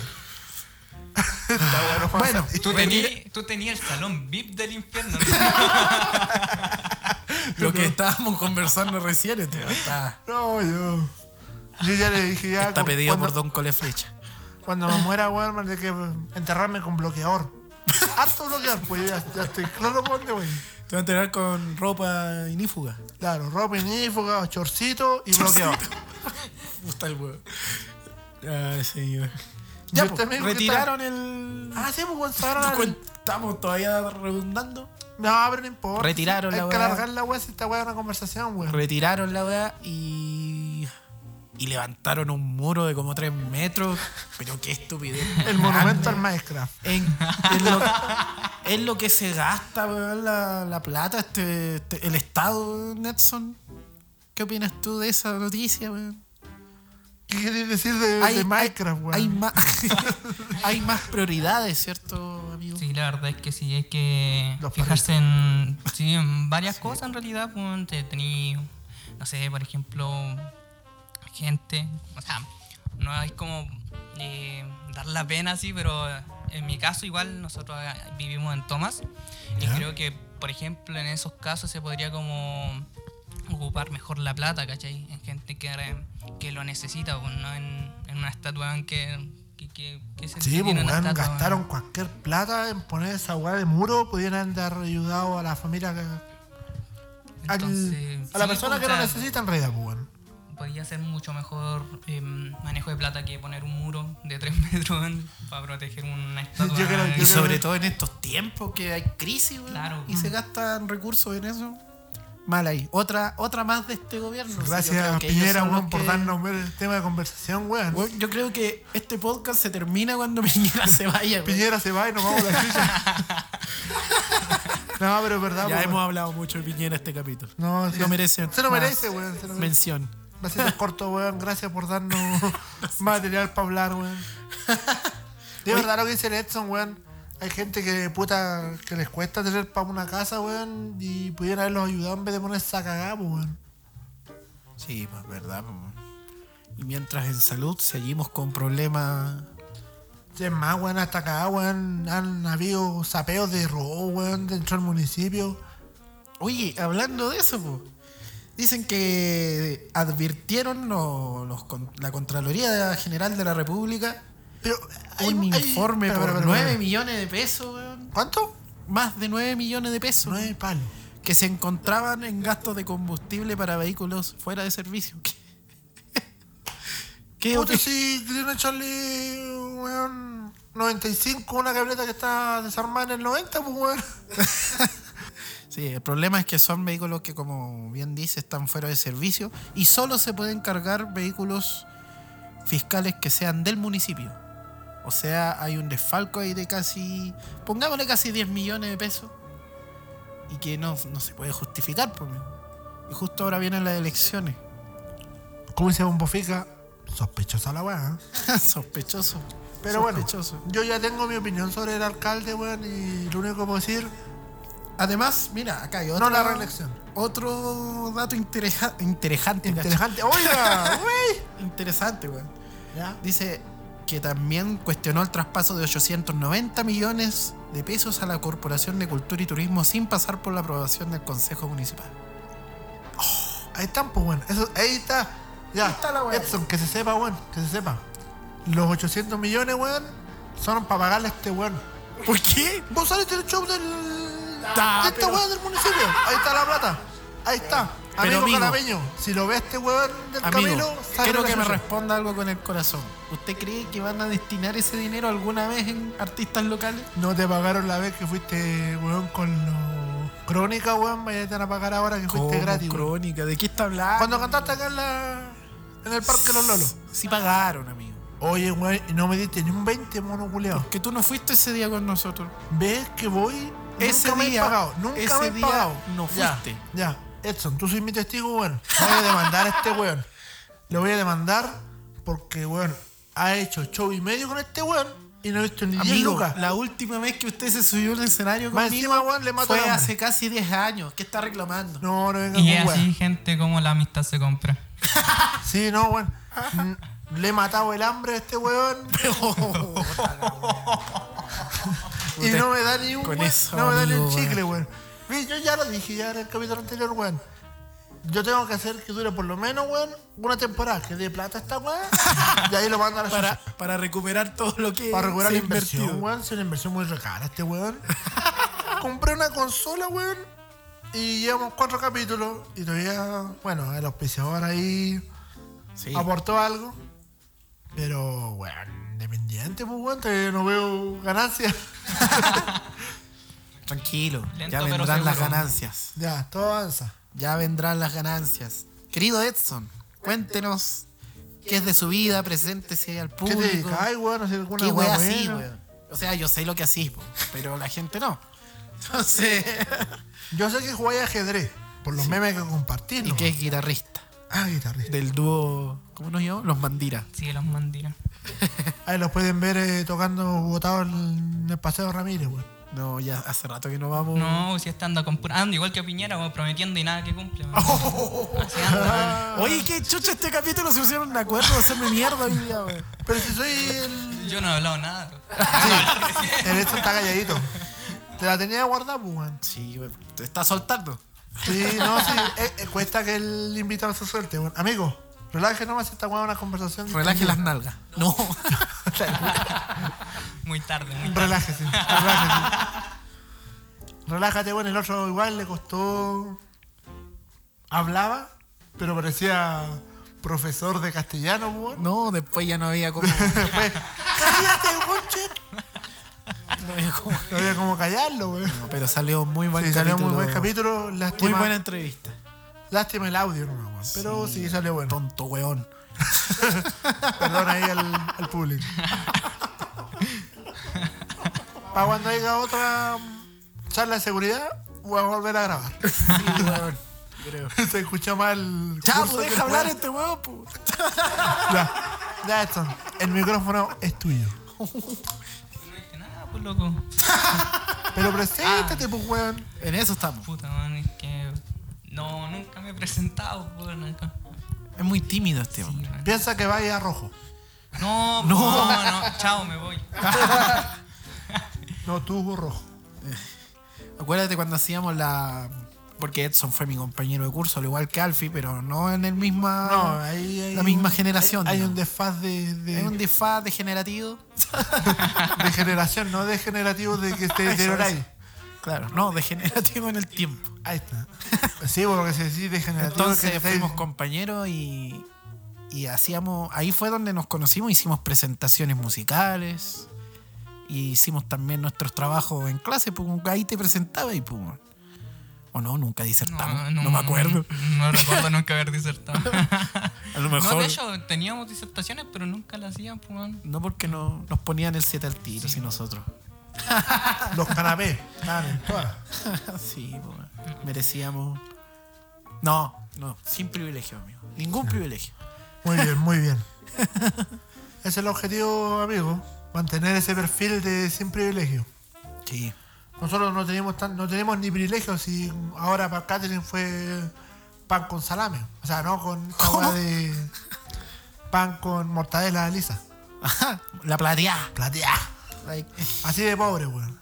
Speaker 1: bueno,
Speaker 3: Tú tenías tú tení el salón VIP del infierno. ¿no?
Speaker 1: lo que estábamos conversando recién, este, está,
Speaker 2: No, yo. Yo ya le dije ya.
Speaker 1: está
Speaker 2: cu-
Speaker 1: pedido por
Speaker 2: cuando,
Speaker 1: Don Cole Flecha.
Speaker 2: cuando me muera, weón, van a tener que enterrarme con bloqueador. Harto bloqueador, pues yo ya, ya estoy claro por dónde, weón.
Speaker 1: Te van a enterar con ropa inífuga.
Speaker 2: Claro, ropa inífuga, chorcito y bloqueador.
Speaker 1: Gusta el huevo. Ay, señor.
Speaker 2: ¿Y
Speaker 1: Ya,
Speaker 2: usted,
Speaker 1: pues,
Speaker 2: amigo, qué
Speaker 1: retiraron el.
Speaker 2: Ah, sí, pues weón, se
Speaker 1: ¿No
Speaker 2: agarran al-
Speaker 1: cuen- Estamos todavía redundando.
Speaker 2: No, pero no importa.
Speaker 1: Retiraron
Speaker 2: Sí,
Speaker 1: la
Speaker 2: Hay que
Speaker 1: weá.
Speaker 2: alargar la weá si esta weá es una conversación, weón.
Speaker 1: Retiraron la weá y. Y levantaron un muro de como 3 metros. Pero qué estupidez.
Speaker 2: El monumento al Minecraft.
Speaker 1: En, en lo, en lo que se gasta, weón, la, la plata, este, este- el Estado, Netson. ¿Qué opinas tú de esa noticia, weón?
Speaker 2: ¿Qué querés decir de, de Minecraft, weón?
Speaker 1: hay más, hay más prioridades, ¿cierto, amigo?
Speaker 3: Sí, la verdad es que sí, hay que
Speaker 2: Los
Speaker 3: fijarse en, sí, en varias cosas en realidad. Pues, te tení, no sé, por ejemplo, gente. O sea, no es como eh, dar la pena así, pero en mi caso igual nosotros ah, vivimos en Tomás. Y
Speaker 1: Ya.
Speaker 3: creo que, por ejemplo, en esos casos se podría como ocupar mejor la plata, ¿cachai? En gente que, re- que lo necesita, pues, no en, en una estatua en que... que, que, que
Speaker 2: Sí,
Speaker 3: se
Speaker 2: pues,
Speaker 3: tiene una
Speaker 2: weón,
Speaker 3: estatua, weón.
Speaker 2: gastaron cualquier plata en poner esa weá de muro. Pudieran dar ayudado a la familia, que- al-
Speaker 3: Entonces,
Speaker 2: a la
Speaker 3: sí,
Speaker 2: persona
Speaker 3: pues,
Speaker 2: que
Speaker 3: o
Speaker 2: lo
Speaker 3: sea,
Speaker 2: necesita en realidad, pues, weón.
Speaker 3: Podría ser mucho mejor em, manejo de plata que poner un muro de 3 metros weón, para proteger una estatua.
Speaker 2: Yo creo- yo
Speaker 1: Y
Speaker 3: que
Speaker 1: sobre todo en estos tiempos que hay crisis, weón,
Speaker 3: Claro.
Speaker 1: y se gastan recursos en eso. Mal ahí. Otra, otra más de este gobierno. O sea, yo
Speaker 2: Gracias,
Speaker 1: creo que ellos
Speaker 2: Piñera,
Speaker 1: son
Speaker 2: weón,
Speaker 1: los
Speaker 2: por
Speaker 1: que-
Speaker 2: darnos ver el tema de conversación, weón.
Speaker 1: Weón, Yo creo que este podcast se termina cuando Piñera se vaya. weón.
Speaker 2: Piñera se va y nos vamos a la chucha. no, pero es verdad,
Speaker 1: ya
Speaker 2: pues,
Speaker 1: hemos
Speaker 2: weón.
Speaker 1: hablado mucho de Piñera este capítulo.
Speaker 2: No,
Speaker 1: se
Speaker 2: sí,
Speaker 1: lo merece.
Speaker 2: Se lo
Speaker 1: más
Speaker 2: merece, weón. Se lo merece.
Speaker 1: Mención.
Speaker 2: Bastante corto, weón. Gracias por darnos material para hablar, weón. De verdad lo que dice el Edson, weón. Hay gente que puta que les cuesta tener para una casa, weón, y pudieran haberlos ayudado en vez de poner esa cagada, pues, weón.
Speaker 1: Sí, pues verdad. pues, weón. Y mientras en salud seguimos con problemas.
Speaker 2: Sí, Es más, weón, hasta acá, weón, han habido sapeos de robo, weón, dentro del municipio.
Speaker 1: Oye, hablando de eso, po, dicen que advirtieron lo- los con- la Contraloría General de la República
Speaker 2: Pero hay-
Speaker 1: un
Speaker 2: hay-
Speaker 1: informe
Speaker 2: espera,
Speaker 1: por
Speaker 2: espera, espera,
Speaker 1: 9
Speaker 2: espera.
Speaker 1: millones de pesos, weón.
Speaker 2: ¿Cuánto?
Speaker 1: Más de 9 millones de pesos
Speaker 2: Nueve palos.
Speaker 1: que se encontraban en gastos de combustible para vehículos fuera de servicio. ¿Qué? ¿Qué
Speaker 2: Puta,
Speaker 1: opi-
Speaker 2: sí, querían echarle, weón, 95 una cableta que está desarmada en el 90, pues, weón.
Speaker 1: Sí, el problema es que son vehículos que, como bien dice, están fuera de servicio y solo se pueden cargar vehículos fiscales que sean del municipio. O sea, hay un desfalco ahí de casi, pongámosle casi 10 millones de pesos y que no, no se puede justificar. Por Y justo ahora vienen las elecciones.
Speaker 2: ¿Cómo se llama un bofica? Sospechosa la weá. ¿eh?
Speaker 1: Sospechoso.
Speaker 2: Pero bueno,
Speaker 1: Sospechoso.
Speaker 2: yo ya tengo mi opinión sobre el alcalde, weón, y lo único que puedo decir,
Speaker 1: Además, mira, acá hay otro,
Speaker 2: no la reelección.
Speaker 1: otro dato intereja- interesante. cacho.
Speaker 2: Interesante. Oiga, wey.
Speaker 1: Interesante, weón.
Speaker 2: Ya.
Speaker 1: Dice que también cuestionó el traspaso de 890 millones de pesos a la Corporación de Cultura y Turismo sin pasar por la aprobación del Consejo Municipal.
Speaker 2: Ahí están, pues, weón. Eso, ahí está. Ya.
Speaker 1: Ahí está la weá.
Speaker 2: Edson, que se sepa, weón. Que se sepa. Los 800 millones, weón, son para pagarle a este weón.
Speaker 1: ¿Por qué?
Speaker 2: Vos saliste del show del.
Speaker 1: Ah,
Speaker 2: de esta
Speaker 1: pero-
Speaker 2: weón del municipio. Ahí está la plata. Ahí está.
Speaker 1: Pero,
Speaker 2: Amigo
Speaker 1: amigo.
Speaker 2: calameño, si lo ve este weón del
Speaker 1: Amigo,
Speaker 2: Camilo, sabe
Speaker 1: quiero que me
Speaker 2: suya.
Speaker 1: responda algo con el corazón. ¿Usted cree que van a destinar ese dinero alguna vez en artistas locales?
Speaker 2: No te pagaron la vez que fuiste, weón, con los. Crónica, weón, vaya te van a pagar ahora que fuiste
Speaker 1: ¿Cómo,
Speaker 2: gratis. weón.
Speaker 1: crónica, ¿de qué está hablando?
Speaker 2: Cuando cantaste acá en la. en el Parque Los Lolos.
Speaker 1: Sí pagaron, amigo.
Speaker 2: Oye, weón, y no me diste ni un 20, mono culiao.
Speaker 1: Que tú no fuiste ese día con nosotros.
Speaker 2: ¿Ves que voy?
Speaker 1: Ese
Speaker 2: nunca me
Speaker 1: día-
Speaker 2: he pagado. Nunca
Speaker 1: ese
Speaker 2: me he
Speaker 1: día
Speaker 2: pagado.
Speaker 1: no
Speaker 2: Ya,
Speaker 1: fuiste.
Speaker 2: Ya, Edson, tú soy mi testigo, weón. Voy a demandar a este weón. Lo voy a demandar porque, weón, ha hecho show y medio con este weón y no he visto ni 10
Speaker 1: Amigo,
Speaker 2: lucas.
Speaker 1: la última vez que usted se subió al escenario
Speaker 2: Más
Speaker 1: conmigo
Speaker 2: encima, weón, le mato
Speaker 1: fue
Speaker 2: el hambre.
Speaker 1: hace casi 10 años. ¿Qué está reclamando?
Speaker 2: No, no venga
Speaker 3: Y
Speaker 2: con
Speaker 3: así,
Speaker 2: weón.
Speaker 3: gente, como la amistad se compra.
Speaker 2: Sí, no, weón. Mm, Le he matado el hambre a este weón y no me da ni un
Speaker 1: Con
Speaker 2: weón,
Speaker 1: eso,
Speaker 2: no me da ni un
Speaker 1: amigo,
Speaker 2: chicle, weón. Vi, Yo ya lo dije ya en el capítulo anterior, weón. Yo tengo que hacer que dure por lo menos, weón, una temporada que dé plata a esta weón. y ahí lo mando a la
Speaker 1: para, para recuperar todo lo que
Speaker 2: Para recuperar
Speaker 1: se
Speaker 2: la
Speaker 1: ha invertido.
Speaker 2: inversión, weón. Es una inversión muy recada este weón. Compré una consola, weón. Y llevamos cuatro capítulos. Y todavía, bueno, el auspiciador ahí
Speaker 1: Sí.
Speaker 2: aportó algo. Pero, weón, independiente, pues, weón, todavía no veo ganancias.
Speaker 1: Tranquilo,
Speaker 3: Lento,
Speaker 1: ya
Speaker 3: pero
Speaker 1: vendrán las
Speaker 3: seguro.
Speaker 1: ganancias.
Speaker 2: ya, todo avanza.
Speaker 1: Ya vendrán las ganancias. Querido Edson, cuéntenos qué es de su vida, preséntese al
Speaker 2: ¿Qué te
Speaker 1: público.
Speaker 2: dedicas? Ay, weón, hacer alguna
Speaker 1: ¿Qué
Speaker 2: weá
Speaker 1: wea así,
Speaker 2: buena?
Speaker 1: weón? O sea, yo sé lo que así, pero la gente no. Entonces,
Speaker 2: Yo sé que jugáis ajedrez. Por los memes que compartís,
Speaker 1: y
Speaker 2: ¿no?
Speaker 1: que es guitarrista
Speaker 2: Ah, guitarrista.
Speaker 1: del dúo, ¿cómo nos llamamos? Los Mandira.
Speaker 3: Sí, los mandiras. Ahí
Speaker 2: Ahí los pueden ver eh, tocando botados en el Paseo Ramírez, weón.
Speaker 1: No, ya hace rato que no vamos.
Speaker 2: Oh.
Speaker 3: No, si está anda con pura- anda igual que Piñera, weón, prometiendo y nada que cumple. weón.
Speaker 2: Oh.
Speaker 3: Así anda,
Speaker 1: Oye, qué chucha este capítulo se pusieron de acuerdo de hacerme mierda hoy día, weón.
Speaker 2: Pero si soy el
Speaker 3: weón. Yo no he hablado nada. weón.
Speaker 2: Sí, el Edson está calladito. Te la tenía guardada, pues, weón.
Speaker 1: Sí, weón, te está soltando.
Speaker 2: Sí, no, sí. eh, eh, cuesta que el invitado se suelte, weón. Amigo, relaje nomás esta weón una conversación.
Speaker 1: Relaje las nalgas. No.
Speaker 3: Muy tarde, muy tarde.
Speaker 2: Relájese, relájese. Relájate, weón. El otro igual le costó. Hablaba, pero parecía profesor de castellano, pues, weón.
Speaker 1: No, después ya no había como.
Speaker 2: Después, cállate, weón, che.
Speaker 1: No había como.
Speaker 2: No había como callarlo, weón.
Speaker 1: Pero salió muy buen
Speaker 2: Sí, salió
Speaker 1: capítulo.
Speaker 2: muy buen capítulo. Lástima,
Speaker 1: Muy buena entrevista.
Speaker 2: lástima el audio, no, weón. Pero sí, salió bueno.
Speaker 1: Tonto weón.
Speaker 2: Perdón ahí al, al público. Para cuando haya otra mm, charla de seguridad, voy a volver a grabar.
Speaker 1: Sí, weón. Creo.
Speaker 2: Se escuchó mal.
Speaker 1: Ya,
Speaker 2: curso
Speaker 1: pues,
Speaker 2: que
Speaker 1: deja hablar
Speaker 2: fue.
Speaker 1: este weón, pu.
Speaker 2: Ya, ya, Edson, el micrófono es tuyo.
Speaker 3: No dije nada, pues loco.
Speaker 2: Pero preséntate, pues, weón.
Speaker 1: En eso estamos.
Speaker 3: Puta, weón, es que. No, nunca me he presentado, pues, weón, acá.
Speaker 1: Es muy tímido este hombre.
Speaker 2: Piensa que vaya a rojo.
Speaker 3: No, no, no, chao, me voy.
Speaker 2: No, tuvo rojo.
Speaker 1: Acuérdate cuando hacíamos la. Porque Edson fue mi compañero de curso, al igual que Alfie, pero no en el misma.
Speaker 2: No, ahí hay
Speaker 1: La misma
Speaker 2: un-
Speaker 1: generación,
Speaker 2: Hay, hay
Speaker 1: digamos.
Speaker 2: un desfaz de, de,
Speaker 1: Es un disfraz degenerativo.
Speaker 2: de generación, no degenerativo de que te deterioráis.
Speaker 1: Claro, no, degenerativo en el tiempo.
Speaker 2: Ahí está. Sí, pues, porque se dice degenerativo. es que
Speaker 1: Entonces
Speaker 2: te-
Speaker 1: fuimos compañeros y, y hacíamos, ahí fue donde nos conocimos, hicimos presentaciones musicales, y hicimos también nuestros trabajos en clase, pues ahí te presentaba y pum. pues, O no, nunca disertamos. No,
Speaker 3: no,
Speaker 1: me acuerdo.
Speaker 3: No, recuerdo nunca haber disertado.
Speaker 1: A lo mejor.
Speaker 3: No,
Speaker 1: No,
Speaker 3: de hecho, teníamos disertaciones, pero nunca las hacían, pues. weón.
Speaker 1: porque no, nos ponían el 7 al tiro, sí. nosotros.
Speaker 2: Los canapés. estaban en todas.
Speaker 1: sí, po, weón. merecíamos. No, no, sin privilegio, amigo. Ningún privilegio.
Speaker 2: Muy bien, muy bien. Ese es el objetivo, amigo. Mantener ese perfil de sin privilegio.
Speaker 1: Sí.
Speaker 2: Nosotros no tenemos tan, no tenemos ni privilegios y ahora para Catherine fue pan con salame. O sea, no con esta
Speaker 1: ¿Cómo?
Speaker 2: weá de pan con mortadela lisa.
Speaker 1: Ajá, la plateada.
Speaker 2: Platea.
Speaker 1: Like,
Speaker 2: Así de pobre, weón.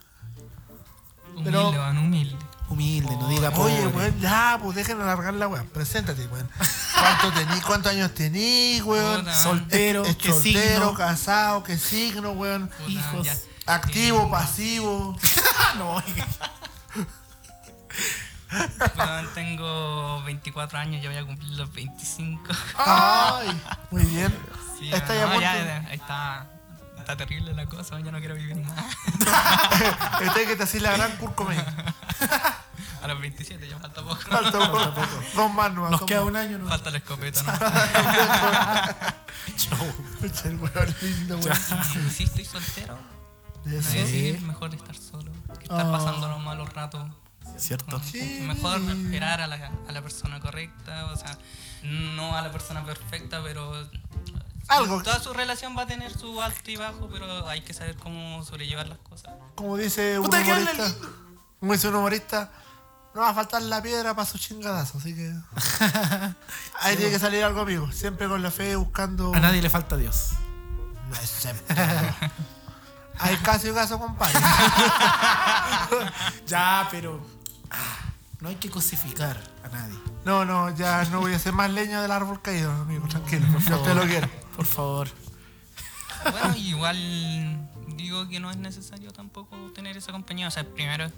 Speaker 3: Humilde,
Speaker 1: Pero-
Speaker 3: weón, humilde.
Speaker 1: humilde, no diga pobre.
Speaker 2: Oye, weón, ya, pues dejen alargar la weón. Preséntate, weón. ¿Cuánto tení, ¿Cuántos años tení,
Speaker 1: Ah,
Speaker 2: weón?
Speaker 3: Puta,
Speaker 1: Soltero,
Speaker 2: Es
Speaker 1: que
Speaker 2: soltero,
Speaker 1: signo.
Speaker 2: casado, qué signo, weón.
Speaker 3: puta,
Speaker 1: hijos.
Speaker 3: ya.
Speaker 2: Activo, pasivo.
Speaker 1: Ah, No, oye.
Speaker 3: Weón, tengo 24 años, ya voy a cumplir los 25.
Speaker 2: Ay, muy bien.
Speaker 3: Ah. Sí,
Speaker 2: Está
Speaker 3: no,
Speaker 2: ya
Speaker 3: ya,
Speaker 2: punto-
Speaker 3: ya, está, está terrible la cosa, ya no quiero vivir más.
Speaker 2: Este que te hacía la gran curcomía.
Speaker 3: A los 27 ya falta poco.
Speaker 2: Falta poco. Dos más nomás.
Speaker 1: Nos
Speaker 2: dos
Speaker 1: queda
Speaker 2: más.
Speaker 1: un año, ¿no?
Speaker 3: Falta la escopeta, ¿no?
Speaker 1: Chau.
Speaker 2: Pucha, el weón lindo, weón.
Speaker 3: Sí, sí, estoy soltero.
Speaker 2: De eso.
Speaker 3: Sí, sí, es mejor estar solo que estar
Speaker 2: Ah.
Speaker 3: pasando los malos ratos.
Speaker 1: ¿Cierto?
Speaker 2: Sí.
Speaker 3: Mejor esperar a la, a la persona correcta, o sea, no a la persona perfecta, pero.
Speaker 2: Algo.
Speaker 3: Toda su relación va a tener su alto y bajo, pero hay que saber cómo sobrellevar las cosas.
Speaker 2: Como dice un
Speaker 1: Puta, que habla
Speaker 2: humorista. Como dice un humorista. No va a faltar la piedra para su chingadazo, así que. Ahí tiene que salir algo, amigo. Siempre con la fe buscando.
Speaker 1: A nadie le falta Dios.
Speaker 2: No excepto. Hay caso y caso, compadre.
Speaker 1: Ya, pero. ah, no hay que cosificar a nadie.
Speaker 2: No, no, ya no voy a hacer más leña del árbol caído, amigo. Tranquilo, yo te lo quiero.
Speaker 1: Por favor.
Speaker 3: Bueno, igual digo que no es necesario tampoco tener esa compañía. O sea, primero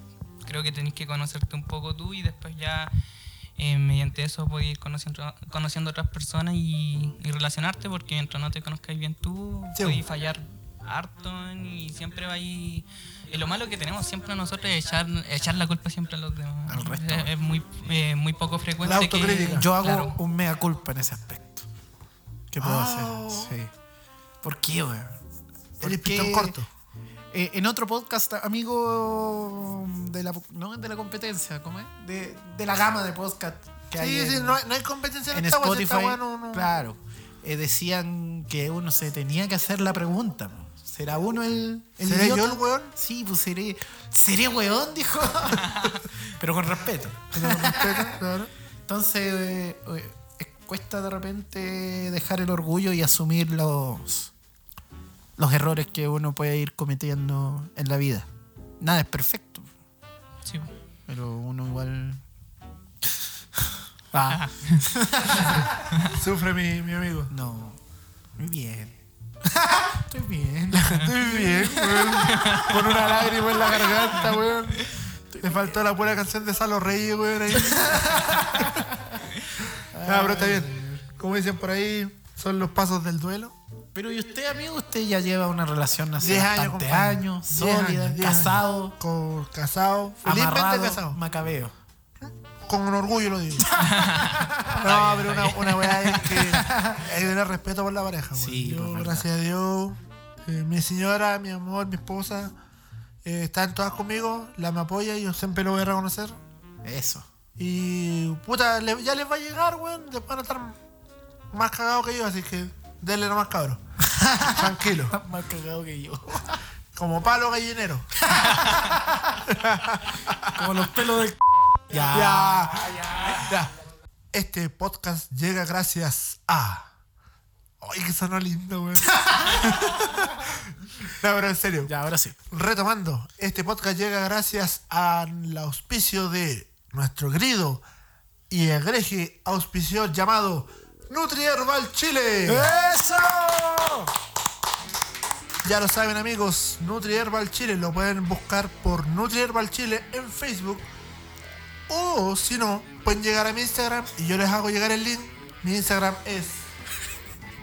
Speaker 3: creo que tenés que conocerte un poco tú y después ya eh, mediante eso podés ir conociendo, conociendo otras personas y, y relacionarte porque mientras no te conozcas bien tú,
Speaker 2: Sí.
Speaker 3: podés fallar harto y siempre va ahí... y lo malo que tenemos siempre nosotros es echar, echar la culpa siempre a los demás.
Speaker 1: Al resto.
Speaker 3: Es, es muy, eh, muy poco frecuente.
Speaker 2: La
Speaker 3: que-
Speaker 2: autocrítica.
Speaker 1: Yo hago
Speaker 3: Claro.
Speaker 1: un mea culpa en ese aspecto. ¿Qué puedo
Speaker 2: Ah.
Speaker 1: hacer? Sí. ¿Por qué, weón? ¿Por
Speaker 2: El
Speaker 1: qué?
Speaker 2: pistón corto.
Speaker 1: Eh, en otro podcast, amigo de la, no, de la competencia, ¿cómo es? De, de la gama de podcast que hay.
Speaker 2: Sí, sí,
Speaker 1: en-
Speaker 2: no hay, no hay competencia
Speaker 1: en
Speaker 2: esta weá,
Speaker 1: Spotify,
Speaker 2: si esta weá no- este no-
Speaker 1: claro, eh, decían que uno se tenía que hacer la pregunta. po. ¿Será uno el, el
Speaker 2: ¿Seré
Speaker 1: idiota?
Speaker 2: yo el weón?
Speaker 1: Sí, pues seré, seré weón, dijo. Pero con respeto.
Speaker 2: Pero con respeto, claro.
Speaker 1: Entonces, eh, eh, cuesta de repente dejar el orgullo y asumir los, los errores que uno puede ir cometiendo en la vida. Nada es perfecto,
Speaker 3: Sí.
Speaker 1: pero uno igual... Ah,
Speaker 2: Sufre mi, mi amigo.
Speaker 1: no. Muy bien. Estoy bien.
Speaker 2: Estoy bien, weón. Con una lágrima en la garganta, weón. Le faltó la pura canción de Salo Reyes, weón. Ahí. Ah, pero está bien. Como dicen por ahí, son los pasos del duelo.
Speaker 1: Pero y usted, amigo, usted ya lleva una relación hace
Speaker 2: 10 años,
Speaker 1: bastantes
Speaker 2: compadre.
Speaker 1: años,
Speaker 2: 10 años,
Speaker 1: sólida,
Speaker 2: 10 años.
Speaker 1: casado,
Speaker 2: Con casado. Felizmente
Speaker 1: amarrado,
Speaker 2: casado.
Speaker 1: macabeo.
Speaker 2: Con orgullo lo digo. No, pero una, una weá es que hay que tener respeto por la pareja. weón.
Speaker 1: Sí,
Speaker 2: Yo,
Speaker 1: pues, verdad.
Speaker 2: gracias a Dios, eh, mi señora, mi amor, mi esposa, eh, están todas conmigo, la me apoya y yo siempre lo voy a reconocer.
Speaker 1: Eso.
Speaker 2: Y puta, le- ya les va a llegar, weón. Después van a estar más cagados que yo, así que denle nomás cabros. Tranquilo.
Speaker 1: Más cagado que yo.
Speaker 2: Como palo gallinero.
Speaker 1: Como los pelos del... Ya.
Speaker 2: Ya, ya. Este podcast llega gracias a. Ay, que sonó lindo, weón. no, pero en serio.
Speaker 1: Ya, ahora sí.
Speaker 2: Retomando, este podcast llega gracias al auspicio de nuestro querido y egreje auspicio llamado Nutri Herbal Chile.
Speaker 1: ¡Eh! ¡Eso!
Speaker 2: Ya lo saben amigos, Nutri Herbal Chile lo pueden buscar por Nutri Herbal Chile en Facebook. O si no, pueden llegar a mi Instagram y yo les hago llegar el link. Mi Instagram es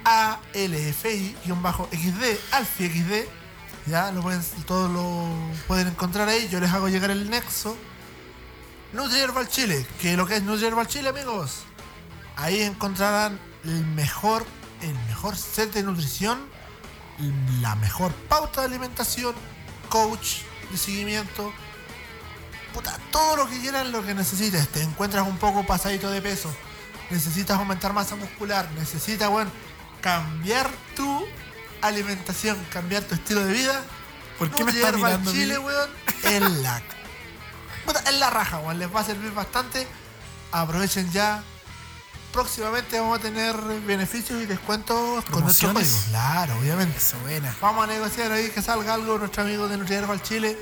Speaker 2: alfi-xd, alfixd. Ya lo pueden, todos lo pueden encontrar ahí. Yo les hago llegar el nexo. No Yerba al Chile, que lo que es No Yerba al Chile, amigos. Ahí encontrarán el mejor, el mejor set de nutrición, la mejor pauta de alimentación, coach de seguimiento. Puta, todo lo que quieras, lo que necesites. Te encuentras un poco pasadito de peso. Necesitas aumentar masa muscular. Necesitas, bueno, cambiar tu alimentación, cambiar tu estilo de vida.
Speaker 1: ¿Por qué
Speaker 2: No
Speaker 1: me está
Speaker 2: hierva el
Speaker 1: mirando a mí?
Speaker 2: Chile, weón? En la, Puta, en la raja, weón. Les va a servir bastante. Aprovechen ya. Próximamente vamos a tener beneficios y descuentos con nuestros
Speaker 1: Promociones.
Speaker 2: códigos. Claro, obviamente.
Speaker 1: Eso, buena.
Speaker 2: Vamos a negociar ahí que salga algo nuestro amigo de Nutrihierba al Chile.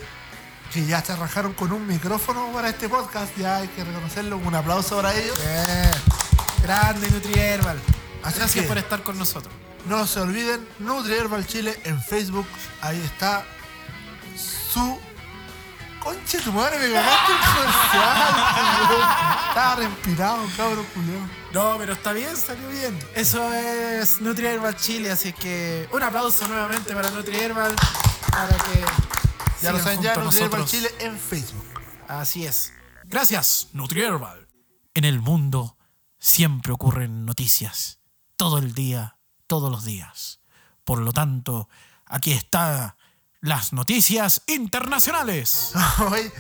Speaker 2: Que ya se rajaron con un micrófono para este podcast. Ya hay que reconocerlo. Un aplauso para ellos.
Speaker 1: Grande NutriHerbal.
Speaker 2: Así
Speaker 1: Gracias
Speaker 2: que-
Speaker 1: por estar con nosotros.
Speaker 2: No se olviden, NutriHerbal Chile en Facebook. Ahí está su. Conche tu madre, me cagaste el comercial. weón. Estaba respirado, cabrón culiao.
Speaker 1: No, pero está bien, salió bien. Eso es NutriHerbal Chile, así que un aplauso nuevamente para NutriHerbal para que
Speaker 2: Ya lo
Speaker 1: sigan
Speaker 2: saben, ya
Speaker 1: junto a
Speaker 2: NutriHerbal
Speaker 1: nosotros.
Speaker 2: Chile en Facebook.
Speaker 1: Así es. Gracias, NutriHerbal. En el mundo siempre ocurren noticias, todo el día, todos los días. Por lo tanto, aquí están las noticias internacionales.
Speaker 2: Oye,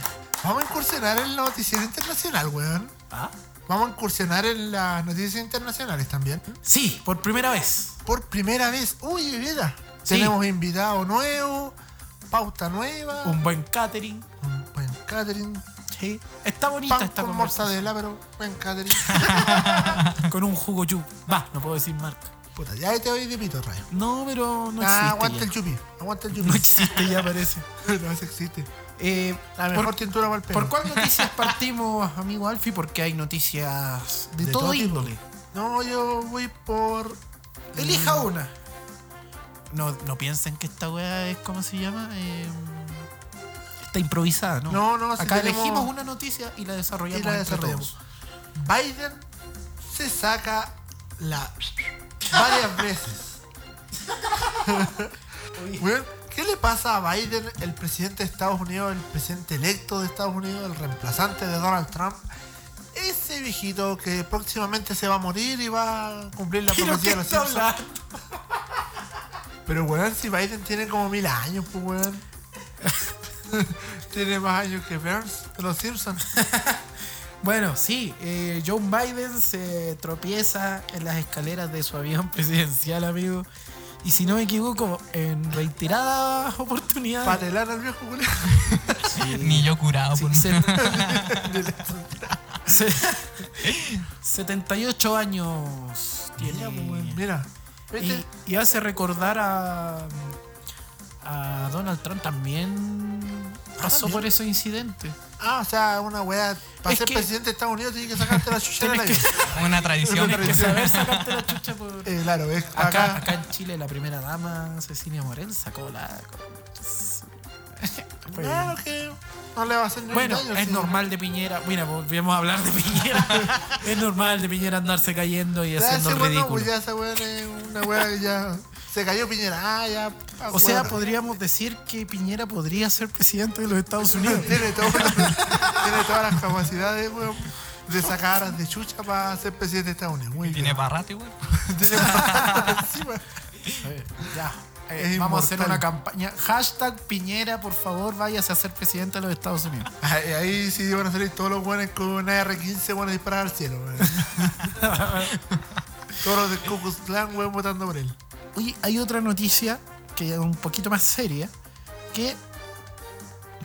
Speaker 2: Vamos a incursionar en la noticiero internacional, weón.
Speaker 1: ¿Ah?
Speaker 2: Vamos a incursionar en las noticias internacionales también.
Speaker 1: Sí, por primera vez.
Speaker 2: Por primera vez, uy, vida.
Speaker 1: Sí.
Speaker 2: Tenemos invitado nuevo, pauta nueva,
Speaker 1: Un buen catering.
Speaker 2: un buen catering,
Speaker 1: Sí. Está bonita
Speaker 2: pan
Speaker 1: esta
Speaker 2: con
Speaker 1: conversación.
Speaker 2: mortadela, pero buen catering.
Speaker 1: Con un jugo chup. Va, no puedo decir marca.
Speaker 2: Puta, ya te doy de pito, rayo.
Speaker 1: No, pero no
Speaker 2: ah,
Speaker 1: existe.
Speaker 2: aguanta
Speaker 1: ya.
Speaker 2: el chupi, aguanta el chupi.
Speaker 1: No existe ya, parece.
Speaker 2: no, ese existe.
Speaker 1: Eh,
Speaker 2: La
Speaker 1: ¿por-
Speaker 2: mejor tintura para el pelo.
Speaker 1: ¿Por cuál noticias partimos, amigo Alfie? Porque hay noticias de,
Speaker 2: De
Speaker 1: todo,
Speaker 2: todo tipo.
Speaker 1: índole.
Speaker 2: No, yo voy por...
Speaker 1: Elija
Speaker 2: Mm,
Speaker 1: una. No, no piensen que esta weá es, ¿cómo se llama? Eh, está improvisada, ¿no?
Speaker 2: No, no, si
Speaker 1: Acá
Speaker 2: tenemos-
Speaker 1: elegimos una noticia y la desarrollamos.
Speaker 2: Y la
Speaker 1: entre
Speaker 2: desarrollamos.
Speaker 1: todos.
Speaker 2: Biden se saca la varias veces. Weón, ¿Qué le pasa a Biden, el presidente de Estados Unidos, el presidente electo de Estados Unidos, el reemplazante de Donald Trump? Ese viejito que próximamente se va a morir y va a cumplir la
Speaker 1: Pero
Speaker 2: profecía
Speaker 1: ¿qué
Speaker 2: de los
Speaker 1: está
Speaker 2: Simpsons.
Speaker 1: hablando?
Speaker 2: Pero weón, si Biden tiene como mil años, pues weón. tiene más años que Burns de los Simpsons.
Speaker 1: Bueno, sí, eh, Joe Biden se tropieza en las escaleras de su avión presidencial, amigo. Y si no me equivoco, en reiteradas oportunidades. Ah,
Speaker 2: Patelar al viejo, weón.
Speaker 1: Sí.
Speaker 3: Ni yo curado
Speaker 1: Sí,
Speaker 3: por
Speaker 1: se- se- 78 años tiene.
Speaker 2: Mira, pues, weón, mira. ¿Viste?
Speaker 1: Y, y hace recordar a, a Donald Trump también pasó
Speaker 2: Ah, también.
Speaker 1: por esos incidentes.
Speaker 2: Ah, o sea, una weá. Para
Speaker 1: Es
Speaker 2: ser
Speaker 1: que-
Speaker 2: presidente de Estados Unidos tienes que sacarte la chucha del avión.
Speaker 1: Tienes
Speaker 3: una tradición.
Speaker 1: Tienes que saber sacarte la chucha pues. por...
Speaker 2: Eh, claro, es
Speaker 1: Acá,
Speaker 2: acá.
Speaker 1: acá en Chile la primera dama, Cecilia Morel, sacó la... Fue-
Speaker 2: Claro que Ah, no le va a hacer ningún
Speaker 1: pues. Bueno,
Speaker 2: daño,
Speaker 1: es
Speaker 2: sí.
Speaker 1: normal de Piñera. Mira, volvemos a hablar de Piñera. es normal de Piñera andarse cayendo y
Speaker 2: Ya,
Speaker 1: haciendo
Speaker 2: ese
Speaker 1: el
Speaker 2: weón no,
Speaker 1: ridículo.
Speaker 2: pues ya esa weá es una weá que ya. Se cayó Piñera. Ah, ya. pa'
Speaker 1: O sea, pues,
Speaker 2: weá.
Speaker 1: podríamos decir que Piñera podría ser presidente de los Estados Unidos.
Speaker 2: Tiene, todo- tiene todas las capacidades, weón. De sacar de chucha para ser presidente de Estados Unidos. Muy
Speaker 3: Tiene
Speaker 2: bien.
Speaker 3: parrate, güey.
Speaker 2: Tiene pa- encima.
Speaker 1: ya. eh,
Speaker 2: Es
Speaker 1: vamos a hacer
Speaker 2: inmortal.
Speaker 1: una campaña. Hashtag Piñera, por favor, váyase a ser presidente de los Estados Unidos.
Speaker 2: Ahí, ahí sí van a salir todos los buenos con una R15 van a disparar al cielo. weón. todos los de Ku Klux Klan, weón, votando por él.
Speaker 1: Oye, hay otra noticia que es un poquito más seria, que.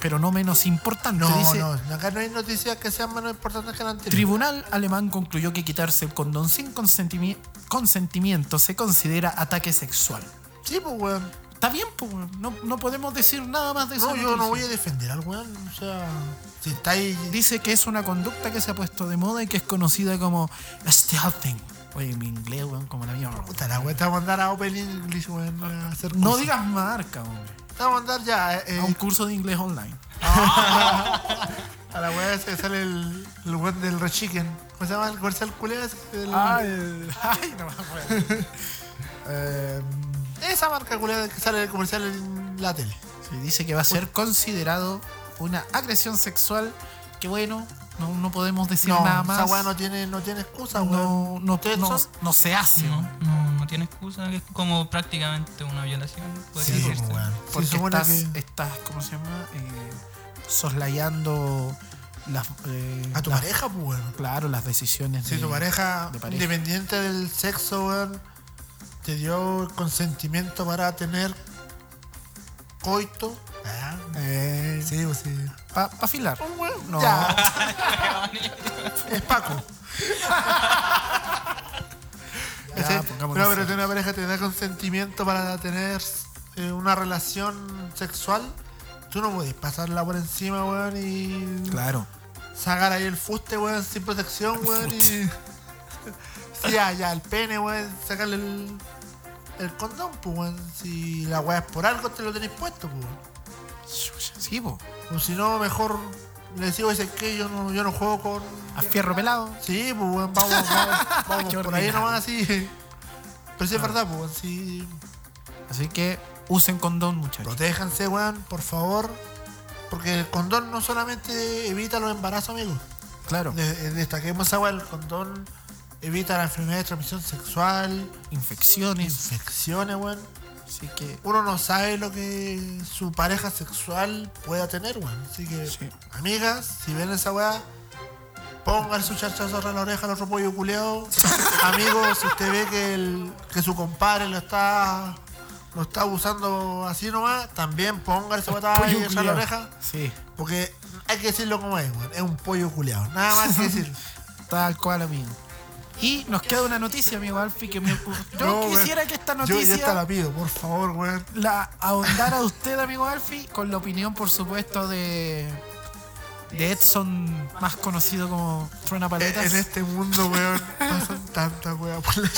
Speaker 1: Pero no menos importante.
Speaker 2: No,
Speaker 1: dice,
Speaker 2: no, acá no hay noticias que sean menos importantes que la anterior.
Speaker 1: Tribunal alemán concluyó que quitarse el condón sin consentimi- consentimiento se considera ataque sexual.
Speaker 2: sí, pues, weón.
Speaker 1: Está bien, pues, no, no podemos decir nada más de eso.
Speaker 2: No, yo no voy a defender al weón. O sea, si está ahí.
Speaker 1: Dice que es una conducta que se ha puesto de moda y que es conocida como stealthing. Oye, mi inglés, weón, como la mierda.
Speaker 2: Puta, la weón te va a mandar a Open English, weón. a hacer
Speaker 1: No
Speaker 2: curso.
Speaker 1: digas marca, hombre.
Speaker 2: Te va a mandar ya. eh, eh,
Speaker 1: A un curso de inglés online.
Speaker 2: a la weón se sale el, el weón del Red Chicken. ¿Cómo se llama? El comercial culé. ese? El-
Speaker 1: ay, no me acuerdo.
Speaker 2: eh, esa marca culé que sale el comercial en la tele.
Speaker 1: Sí, dice que va a ser considerado una agresión sexual. Que bueno, No, no podemos decir
Speaker 2: No,
Speaker 1: nada
Speaker 2: esa
Speaker 1: más.
Speaker 2: weá no tiene, no tiene excusa, weón.
Speaker 1: no, no,
Speaker 2: Ustedes
Speaker 1: no-
Speaker 2: son-
Speaker 1: no se hace.
Speaker 3: No,
Speaker 1: weón.
Speaker 3: no, no tiene excusa, es como prácticamente una violación, podría
Speaker 2: Sí,
Speaker 3: decirse.
Speaker 2: weón.
Speaker 1: Porque
Speaker 2: Se supone
Speaker 1: estás,
Speaker 2: que
Speaker 1: estás, ¿cómo se llama? Eh, soslayando las, eh,
Speaker 2: a tu
Speaker 1: las-
Speaker 2: pareja, pues, weón.
Speaker 1: Claro, las decisiones.
Speaker 2: Si
Speaker 1: de-
Speaker 2: tu pareja,
Speaker 1: de pareja.
Speaker 2: independiente del sexo, weón, te dio el consentimiento para tener coito. Ah,
Speaker 1: Eh,
Speaker 2: sí, pues sí.
Speaker 1: pa- pa' afilar. No.
Speaker 2: Ya. es Paco.
Speaker 1: Ya,
Speaker 2: ¿Cachai?
Speaker 1: pongámonos
Speaker 2: pero, pero
Speaker 1: serios.
Speaker 2: si una pareja te da consentimiento para tener eh, una relación sexual, tú no podés pasarla por encima, weón, y
Speaker 1: Claro.
Speaker 2: sacar ahí el fuste, weón, sin protección, weón, y...
Speaker 1: fuste.
Speaker 2: Sí, ya, ya, el pene, weón, sacarle el, el condón, pues, weón. Si la weá es por algo, te lo tenés puesto, pues. weón.
Speaker 1: Sí, po.
Speaker 2: O si no, mejor le digo, ese que yo no, yo no juego con
Speaker 1: A fierro pelado.
Speaker 2: Sí, pues weón, vamos, vamos, vamos
Speaker 1: Qué
Speaker 2: por ahí
Speaker 1: ordinario.
Speaker 2: nomás así. Pero sí es verdad, pues weón, sí.
Speaker 1: Así que usen condón, muchachos.
Speaker 2: Protéjanse, weón, por favor. Porque el condón no solamente evita los embarazos, amigos.
Speaker 1: Claro.
Speaker 2: De- eh, destaquemos esa weón, el condón evita la enfermedad de transmisión sexual,
Speaker 1: Infecciones.
Speaker 2: infecciones, weón.
Speaker 1: Así que.
Speaker 2: Uno no sabe lo que su pareja sexual pueda tener, weón. Así que,
Speaker 1: Sí.
Speaker 2: amigas, si ven esa weá, pónganle su charchazo en la oreja al otro pollo culeado. Amigos, si usted ve que, el, que su compadre lo está lo está abusando así nomás, también póngale su patada y
Speaker 1: Pollo
Speaker 2: echarle la
Speaker 1: culiao.
Speaker 2: oreja.
Speaker 1: Sí.
Speaker 2: Porque hay que decirlo como es, weón. Es un pollo culeado. Nada más que decir.
Speaker 1: Tal cual, amigo. Y nos queda una noticia, amigo Alfi, que me ocurrió. Yo quisiera que esta noticia
Speaker 2: Yo, yo esta la pido, por favor, weón.
Speaker 1: la ahondara usted, amigo Alfi, con la opinión, por supuesto, de, de Edson, más conocido como Truena
Speaker 2: En
Speaker 1: Paletas.
Speaker 2: en este mundo, weón, pasan tantas weas por la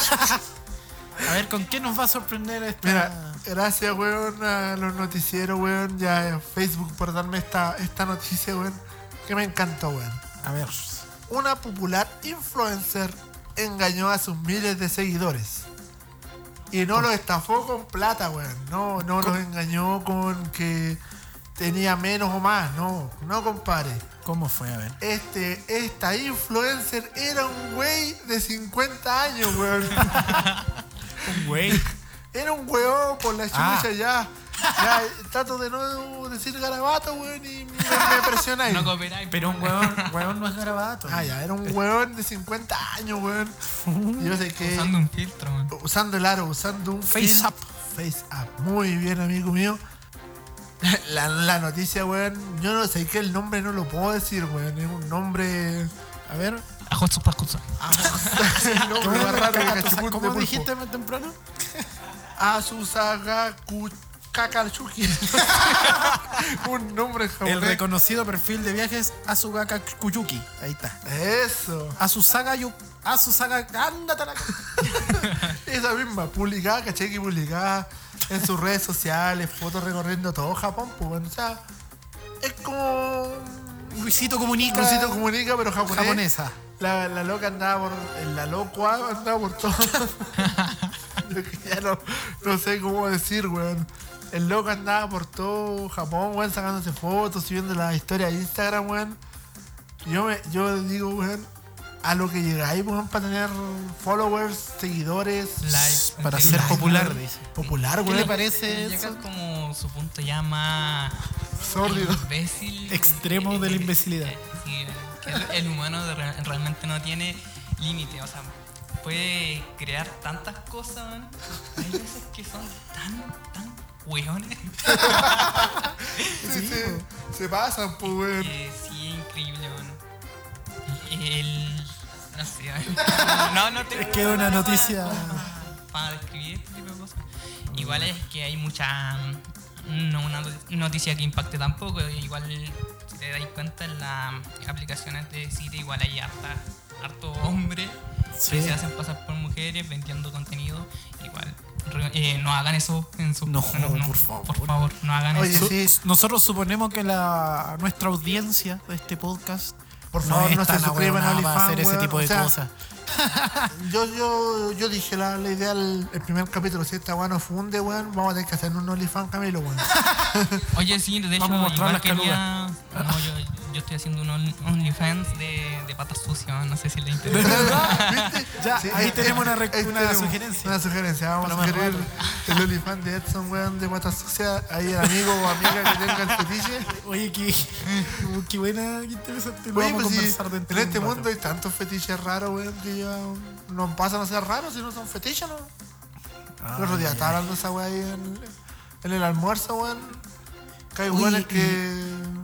Speaker 1: A ver, ¿con qué nos va a sorprender esta?
Speaker 2: Mira, gracias, weón, a los noticieros, weón, y a Facebook por darme esta, esta noticia, weón, que me encantó, weón.
Speaker 1: A ver.
Speaker 2: Una popular influencer engañó a sus miles de seguidores. Y no los estafó con plata, weón. No, no los engañó con que tenía menos o más. No, no, compadre.
Speaker 1: ¿Cómo fue? A ver.
Speaker 2: Este, esta influencer era un güey de 50 años, weón.
Speaker 1: Un güey.
Speaker 2: Era un weón por la chucha
Speaker 1: Ah.
Speaker 2: ya. Ya, trato de no decir garabato, weón, y me, me presionáis.
Speaker 3: No cooperáis.
Speaker 1: Pero un weón, weón no es garabato.
Speaker 2: ah, ya, era un weón de 50 años, weón. Yo sé que.
Speaker 3: Usando un filtro, man.
Speaker 2: usando el aro, usando un
Speaker 1: Face
Speaker 2: film.
Speaker 1: up.
Speaker 2: Face up. Muy bien, amigo mío. La, la noticia, weón. Yo no sé que el nombre no lo puedo decir, weón. Es un nombre.
Speaker 1: A ver.
Speaker 3: Ajo, sopa, ajo, sopa.
Speaker 1: Ah.
Speaker 2: el nombre
Speaker 1: ¿Cómo,
Speaker 2: más raro que Cachipún de
Speaker 1: ¿cómo
Speaker 2: pulpo.
Speaker 1: dijiste más temprano?
Speaker 2: Azusaga Kakatsuki. un nombre japonés.
Speaker 1: El reconocido perfil de viajes Azugaka Kuyuki. Ahí está.
Speaker 2: Eso.
Speaker 1: Azusaga Yu. Azusaga. Ándate a la.
Speaker 2: Esa misma, publicada, caché que publicada en sus redes sociales, fotos recorriendo todo Japón, pues bueno, o sea, es como un
Speaker 1: Luisito comunica.
Speaker 2: crucito comunica, pero japonés.
Speaker 1: japonesa.
Speaker 2: La, la loca andaba por. La locua andaba por todo. Lo que ya no, no sé cómo decir, weón. El loco andaba por todo Japón, weón, sacándose fotos, subiendo las historias de Instagram, weón. Yo, me, yo digo, weón, a lo que llegáis, weón, para tener followers, seguidores.
Speaker 3: Live.
Speaker 1: Para
Speaker 3: Sí,
Speaker 1: ser
Speaker 3: live.
Speaker 1: popular, dice.
Speaker 2: Popular,
Speaker 1: ¿Qué
Speaker 2: weón.
Speaker 1: le parece
Speaker 3: Llega
Speaker 1: eso?
Speaker 3: como su punto ya más
Speaker 2: Sórdido.
Speaker 3: imbécil.
Speaker 1: Extremo de la imbecilidad.
Speaker 3: Sí, que el, el humano de re- realmente no tiene límite, o sea, puede crear tantas cosas, man. Hay veces que son tan, tan hueones
Speaker 2: Sí, se, se pasan, pues, weón.
Speaker 3: que sí es increíble, man. El. No sé, man. No, no tengo.
Speaker 1: Es que una
Speaker 3: palabra
Speaker 1: noticia-
Speaker 3: como Para describir este tipo de cosas. Igual es que hay mucha. mm, No una noticia que impacte tampoco. Igual, si te dais cuenta, en las aplicaciones de cita, igual hay harta, harto hombre
Speaker 1: Sí.
Speaker 3: que se hacen pasar por mujeres vendiendo contenido. Igual, re- eh, no hagan eso en su.
Speaker 1: No, por favor.
Speaker 3: Por favor, no hagan
Speaker 2: Oye,
Speaker 3: eso.
Speaker 1: Su-
Speaker 2: Sí.
Speaker 1: Nosotros suponemos que la, nuestra audiencia de este podcast
Speaker 2: Por favor,
Speaker 1: es
Speaker 2: no se
Speaker 1: tan
Speaker 2: suscriban a
Speaker 1: ahueonada para
Speaker 2: OnlyFans,
Speaker 1: hacer ese
Speaker 2: weón,
Speaker 1: tipo
Speaker 2: o
Speaker 1: de
Speaker 2: sea,
Speaker 1: cosas.
Speaker 2: Yo, yo, yo dije la, la idea el, el primer capítulo, si esta weá no funde, weón, vamos a tener que hacer un OnlyFans Camilo, weón.
Speaker 3: Oye, sí, de hecho,
Speaker 1: Vamos a mostrar
Speaker 3: igual
Speaker 1: las
Speaker 3: quería... No, yo, yo estoy haciendo un on- OnlyFans de, de patas sucias, no sé si le interesa.
Speaker 2: ¿Viste?
Speaker 1: Ya, ahí tenemos una rec-
Speaker 2: ahí
Speaker 1: una sugerencia.
Speaker 2: Una sugerencia. Vamos
Speaker 1: Para
Speaker 2: a
Speaker 1: más
Speaker 2: sugerir el olifán de Edson, weón, de patas sucias. Ahí el amigo o amiga que tenga el fetiche.
Speaker 1: Oye, qué, qué buena, qué interesante. Lo
Speaker 2: Oye,
Speaker 1: vamos
Speaker 2: pues
Speaker 1: a
Speaker 2: si
Speaker 1: conversar dentro
Speaker 2: en
Speaker 1: de un
Speaker 2: este
Speaker 1: rato.
Speaker 2: mundo hay tantos fetiches raros, weón, que ya no pasan a ser raros si no son fetiches, ¿no? El otro día estaba hablando de esa weá ahí en, en el almuerzo, weón. Que hay
Speaker 1: Oye,
Speaker 2: weones que.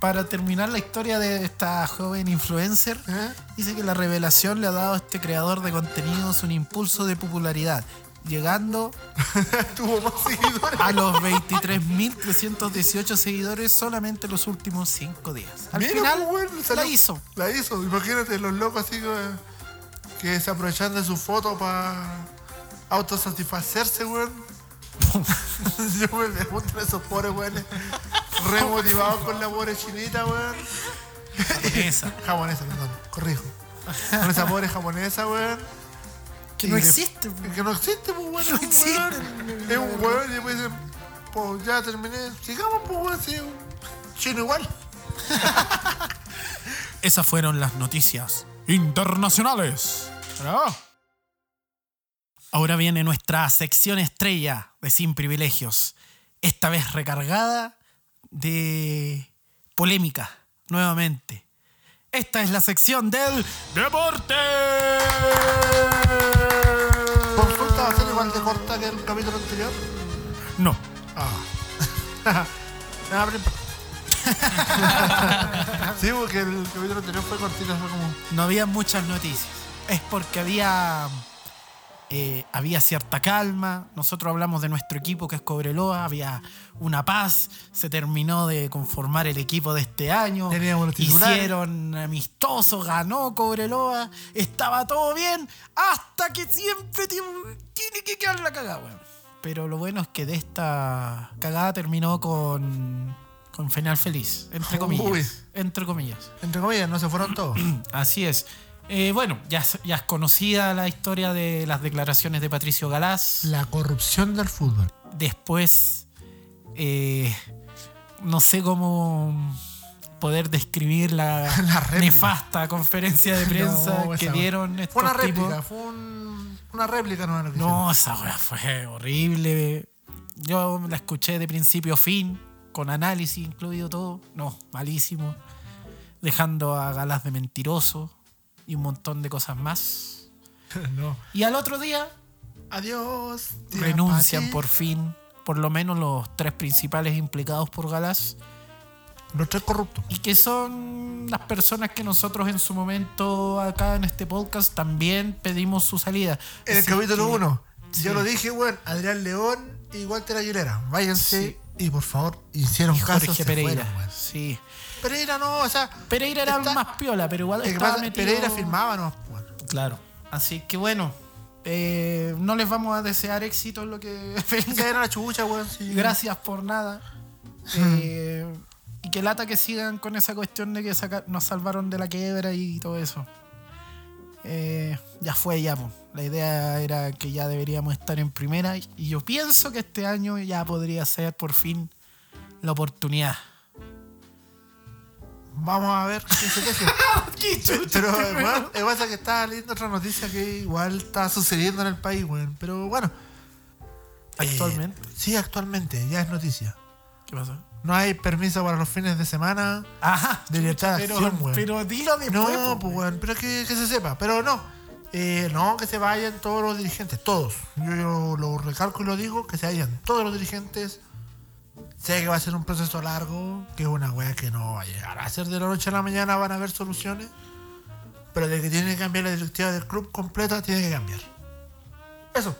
Speaker 1: Para terminar la historia de esta joven influencer,
Speaker 2: ¿eh?
Speaker 1: dice que la revelación le ha dado a este creador de contenidos un impulso de popularidad, llegando
Speaker 2: Tuvo más seguidores.
Speaker 1: a los 23.318 seguidores solamente en los últimos 5 días. Al
Speaker 2: Mira,
Speaker 1: final,
Speaker 2: pues, weón,
Speaker 1: la
Speaker 2: salió-
Speaker 1: hizo.
Speaker 2: La hizo. Imagínate los locos así que, que se aprovechan de su foto para autosatisfacerse, weón. Yo me pregunto a esos pobres weones. Remotivados con la pobre chinita, weón.
Speaker 1: Esa.
Speaker 2: Japonesa, perdón, corrijo. Con esa pobre japonesa, weón.
Speaker 1: Que
Speaker 2: Y
Speaker 1: no
Speaker 2: de-
Speaker 1: existe. po.
Speaker 2: Que no existe, pues, weón.
Speaker 1: No
Speaker 2: es un
Speaker 1: existe.
Speaker 2: weón. Es un weón y después dicen, pues ya terminé. Sigamos, pues, weón, sí. Chino igual.
Speaker 1: Esas fueron las noticias internacionales.
Speaker 2: Bravo.
Speaker 1: Ahora viene nuestra sección estrella de Sin Privilegios. Esta vez recargada de polémica, nuevamente. Esta es la sección del deporte.
Speaker 2: Consulta va a ser igual de corta que el capítulo anterior.
Speaker 1: No,
Speaker 2: Ah. Nada, pero no importa. sí, porque el capítulo anterior fue cortito, fue como.
Speaker 1: no había muchas noticias. Es porque había, eh, había cierta calma. Nosotros hablamos de nuestro equipo que es Cobreloa. Había una paz. Se terminó de conformar el equipo de este año.
Speaker 2: Teníamos los titulares.
Speaker 1: Hicieron amistoso, ganó Cobreloa. Estaba todo bien. Hasta que siempre ti- tiene que quedar la cagada, weón. Pero lo bueno es que de esta cagada terminó con, con final feliz. Entre comillas.
Speaker 2: Uy.
Speaker 1: Entre comillas.
Speaker 2: Entre comillas, no se fueron todos.
Speaker 1: Así es. Eh, bueno, ya, es- ya es conocida la historia de las declaraciones de Patricio Galás.
Speaker 2: La corrupción del fútbol.
Speaker 1: Después, eh, no sé cómo poder describir la,
Speaker 2: La réplica.
Speaker 1: nefasta conferencia de prensa
Speaker 2: No, esa
Speaker 1: que
Speaker 2: wea.
Speaker 1: dieron estos
Speaker 2: Fue una
Speaker 1: tipos.
Speaker 2: réplica, fue un- una réplica, no lo que hicieron.
Speaker 1: No, esa weá fue horrible. Yo la escuché de principio a fin, con análisis incluido todo. No, malísimo. Dejando a Galás de mentiroso y un montón de cosas más.
Speaker 2: no.
Speaker 1: Y al otro día
Speaker 2: Adiós. tía
Speaker 1: renuncian
Speaker 2: Pati.
Speaker 1: por fin, por lo menos los tres principales implicados por Galás,
Speaker 2: Los tres corruptos.
Speaker 1: y que son las personas que nosotros en su momento acá en este podcast también pedimos su salida.
Speaker 2: En el
Speaker 1: Así
Speaker 2: capítulo
Speaker 1: que-
Speaker 2: 1.
Speaker 1: sí.
Speaker 2: Yo lo dije, weón. Adrián León y Walter Aguilera. Váyanse.
Speaker 1: Sí.
Speaker 2: Y por favor, hicieron
Speaker 1: Y
Speaker 2: caso.
Speaker 1: Jorge
Speaker 2: se
Speaker 1: Pereira.
Speaker 2: fueron, weón.
Speaker 1: sí.
Speaker 2: Pereira no, o sea.
Speaker 1: Pereira era
Speaker 2: está-
Speaker 1: más piola, pero igual
Speaker 2: lo que
Speaker 1: estaba
Speaker 2: pasa es que
Speaker 1: metido-
Speaker 2: Pereira firmaba, no, weón.
Speaker 1: Claro. Así que bueno, eh, no les vamos a desear éxito en lo que
Speaker 2: Se
Speaker 1: venga.
Speaker 2: dieron la chucha, weón. sí.
Speaker 1: Gracias por nada. Eh, y que lata que sigan con esa cuestión de que saca- nos salvaron de la quiebra y todo eso. Eh, ya fue, ya. po. La idea era que ya deberíamos estar en primera. Y y yo pienso que este año ya podría ser por fin la oportunidad.
Speaker 2: Vamos a ver qué se teje. Pero, weón, lo que pasa es que estaba leyendo otra noticia que igual está sucediendo en el país, weón. Pero bueno. eh,
Speaker 1: Actualmente.
Speaker 2: sí, actualmente, ya es noticia.
Speaker 1: ¿Qué pasó?
Speaker 2: No hay permiso para los fines de semana.
Speaker 1: Ajá.
Speaker 2: De libertad de
Speaker 1: pero,
Speaker 2: acción, weón.
Speaker 1: pero dilo
Speaker 2: No,
Speaker 1: después. po,
Speaker 2: pues, weón, pero que, que se sepa. Pero no. Eh, no, que se vayan todos los dirigentes, todos. Yo, yo lo recalco y lo digo, que se vayan todos los dirigentes. Sé que va a ser un proceso largo, que es una weá que no va a llegar a ser de la noche a la mañana, van a haber soluciones. Pero de que tiene que cambiar la directiva del club completa, tiene que cambiar. Eso.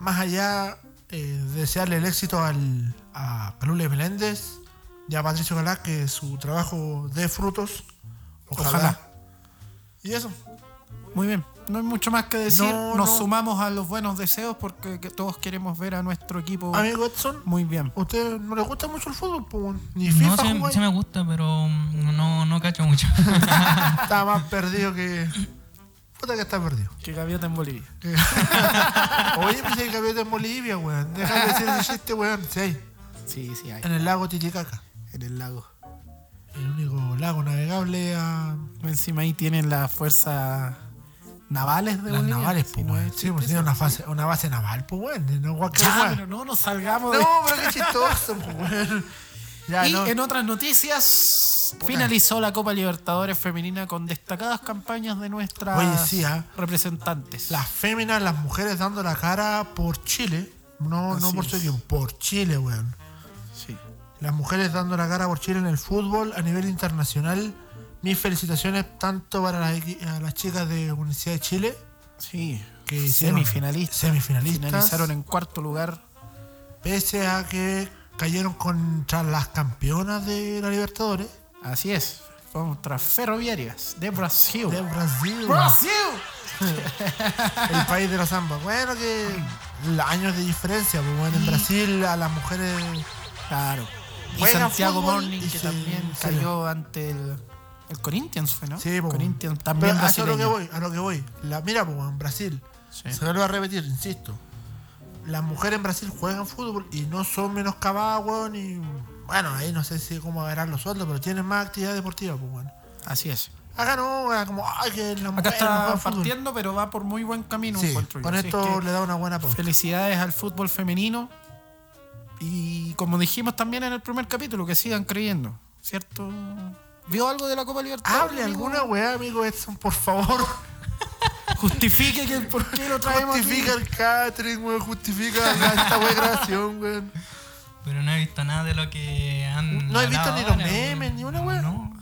Speaker 2: Más allá, eh, desearle el éxito al, a Pelule Meléndez y a Patricio Galá, que su trabajo dé frutos. Ojalá.
Speaker 1: Ojalá.
Speaker 2: Y eso.
Speaker 1: Muy bien, no hay mucho más que decir.
Speaker 2: No,
Speaker 1: Nos
Speaker 2: no.
Speaker 1: sumamos a los buenos deseos porque que todos queremos ver a nuestro equipo
Speaker 2: Amigo Edson,
Speaker 1: muy bien.
Speaker 2: ¿a ¿usted no le gusta mucho el fútbol? po, weón? Ni
Speaker 3: No,
Speaker 2: FIFA
Speaker 3: sí,
Speaker 2: jugáis?
Speaker 3: sí me gusta, pero mm, no, no cacho mucho.
Speaker 2: Está más perdido que. Puta que está perdido.
Speaker 1: Que gaviota en Bolivia.
Speaker 2: Oye, pues, pensé que había en Bolivia, weón. Deja de decir ese chiste, weón. Sí, hay.
Speaker 1: Sí, sí, hay.
Speaker 2: en el lago Titicaca.
Speaker 1: En el lago.
Speaker 2: el único lago navegable a
Speaker 1: Encima ahí tienen las fuerzas navales de
Speaker 2: las
Speaker 1: Bolivia.
Speaker 2: navales,
Speaker 1: Si
Speaker 2: pues,
Speaker 1: no
Speaker 2: weón.
Speaker 1: es
Speaker 2: Sí, pues
Speaker 1: chiste,
Speaker 2: tiene
Speaker 1: eso.
Speaker 2: una, fase- una base naval, pues, weón. No, cualquier
Speaker 1: Ya,
Speaker 2: weón.
Speaker 1: pero no nos salgamos de...
Speaker 2: No, pero qué chistoso, pues, weón. Ya,
Speaker 1: y
Speaker 2: no.
Speaker 1: en otras noticias, finalizó la Copa Libertadores Femenina con destacadas campañas de nuestras
Speaker 2: Oye, sí, ah.
Speaker 1: representantes.
Speaker 2: Las féminas, las mujeres dando la cara por Chile. No, no
Speaker 1: Así
Speaker 2: por su
Speaker 1: es.
Speaker 2: equipo, por Chile, weón.
Speaker 1: Sí.
Speaker 2: Las mujeres dando la cara por Chile en el fútbol a nivel internacional. Mis felicitaciones tanto para las, equi- a las chicas de Universidad de Chile,
Speaker 1: Sí.
Speaker 2: que hicieron-
Speaker 1: semifinalistas.
Speaker 2: semifinalistas.
Speaker 1: Finalizaron en cuarto lugar.
Speaker 2: pese a que cayeron contra las campeonas de la Libertadores
Speaker 1: Así es. Contra Ferroviarias de Brasil.
Speaker 2: de Brasil,
Speaker 1: ¡Brasil!
Speaker 2: el país de los ambas. Bueno, que la- años de diferencia, pues bueno, en Brasil a las mujeres
Speaker 1: Claro. Y
Speaker 2: Juega
Speaker 1: Santiago
Speaker 2: fútbol
Speaker 1: Morning,
Speaker 2: y
Speaker 1: que
Speaker 2: se-
Speaker 1: también
Speaker 2: se
Speaker 1: cayó ante el, el Corinthians, ¿fue, no?
Speaker 2: Sí, po,
Speaker 1: Corinthians
Speaker 2: pues, bueno.
Speaker 1: también
Speaker 2: Pero a eso es lo que
Speaker 1: brasileño.
Speaker 2: voy, a lo que voy. La, mira, pues, en Brasil.
Speaker 1: Sí.
Speaker 2: Se lo voy a repetir, insisto. Las mujeres en Brasil juegan fútbol y no son menoscabadas, weón. Y bueno, ahí no sé si cómo verán los sueldos, pero tienen más actividad deportiva, pues, bueno.
Speaker 1: Así es.
Speaker 2: Acá no, acá como, ay, que las
Speaker 1: Acá
Speaker 2: mujeres no
Speaker 1: está
Speaker 2: juegan fútbol.
Speaker 1: partiendo, pero va por muy buen camino.
Speaker 2: Sí,
Speaker 1: encuentro yo.
Speaker 2: con
Speaker 1: Así es
Speaker 2: esto
Speaker 1: que
Speaker 2: le da una buena pauta.
Speaker 1: felicidades al fútbol femenino. Y como dijimos también en el primer capítulo, que sigan creyendo, ¿cierto? ¿Vio algo de la Copa Libertadores?
Speaker 2: Hable
Speaker 1: amigo?
Speaker 2: alguna weá, amigo Edson, por favor.
Speaker 1: Justifique que el por qué lo traemos
Speaker 2: Justifica
Speaker 1: aquí.
Speaker 2: el catering, weón. Justifica esta weá grabación, weón.
Speaker 3: Pero no he visto nada de lo que han.
Speaker 2: No he visto
Speaker 3: hablado
Speaker 2: ni los
Speaker 3: ahora,
Speaker 2: memes,
Speaker 3: weón.
Speaker 2: ni una weá.
Speaker 3: No.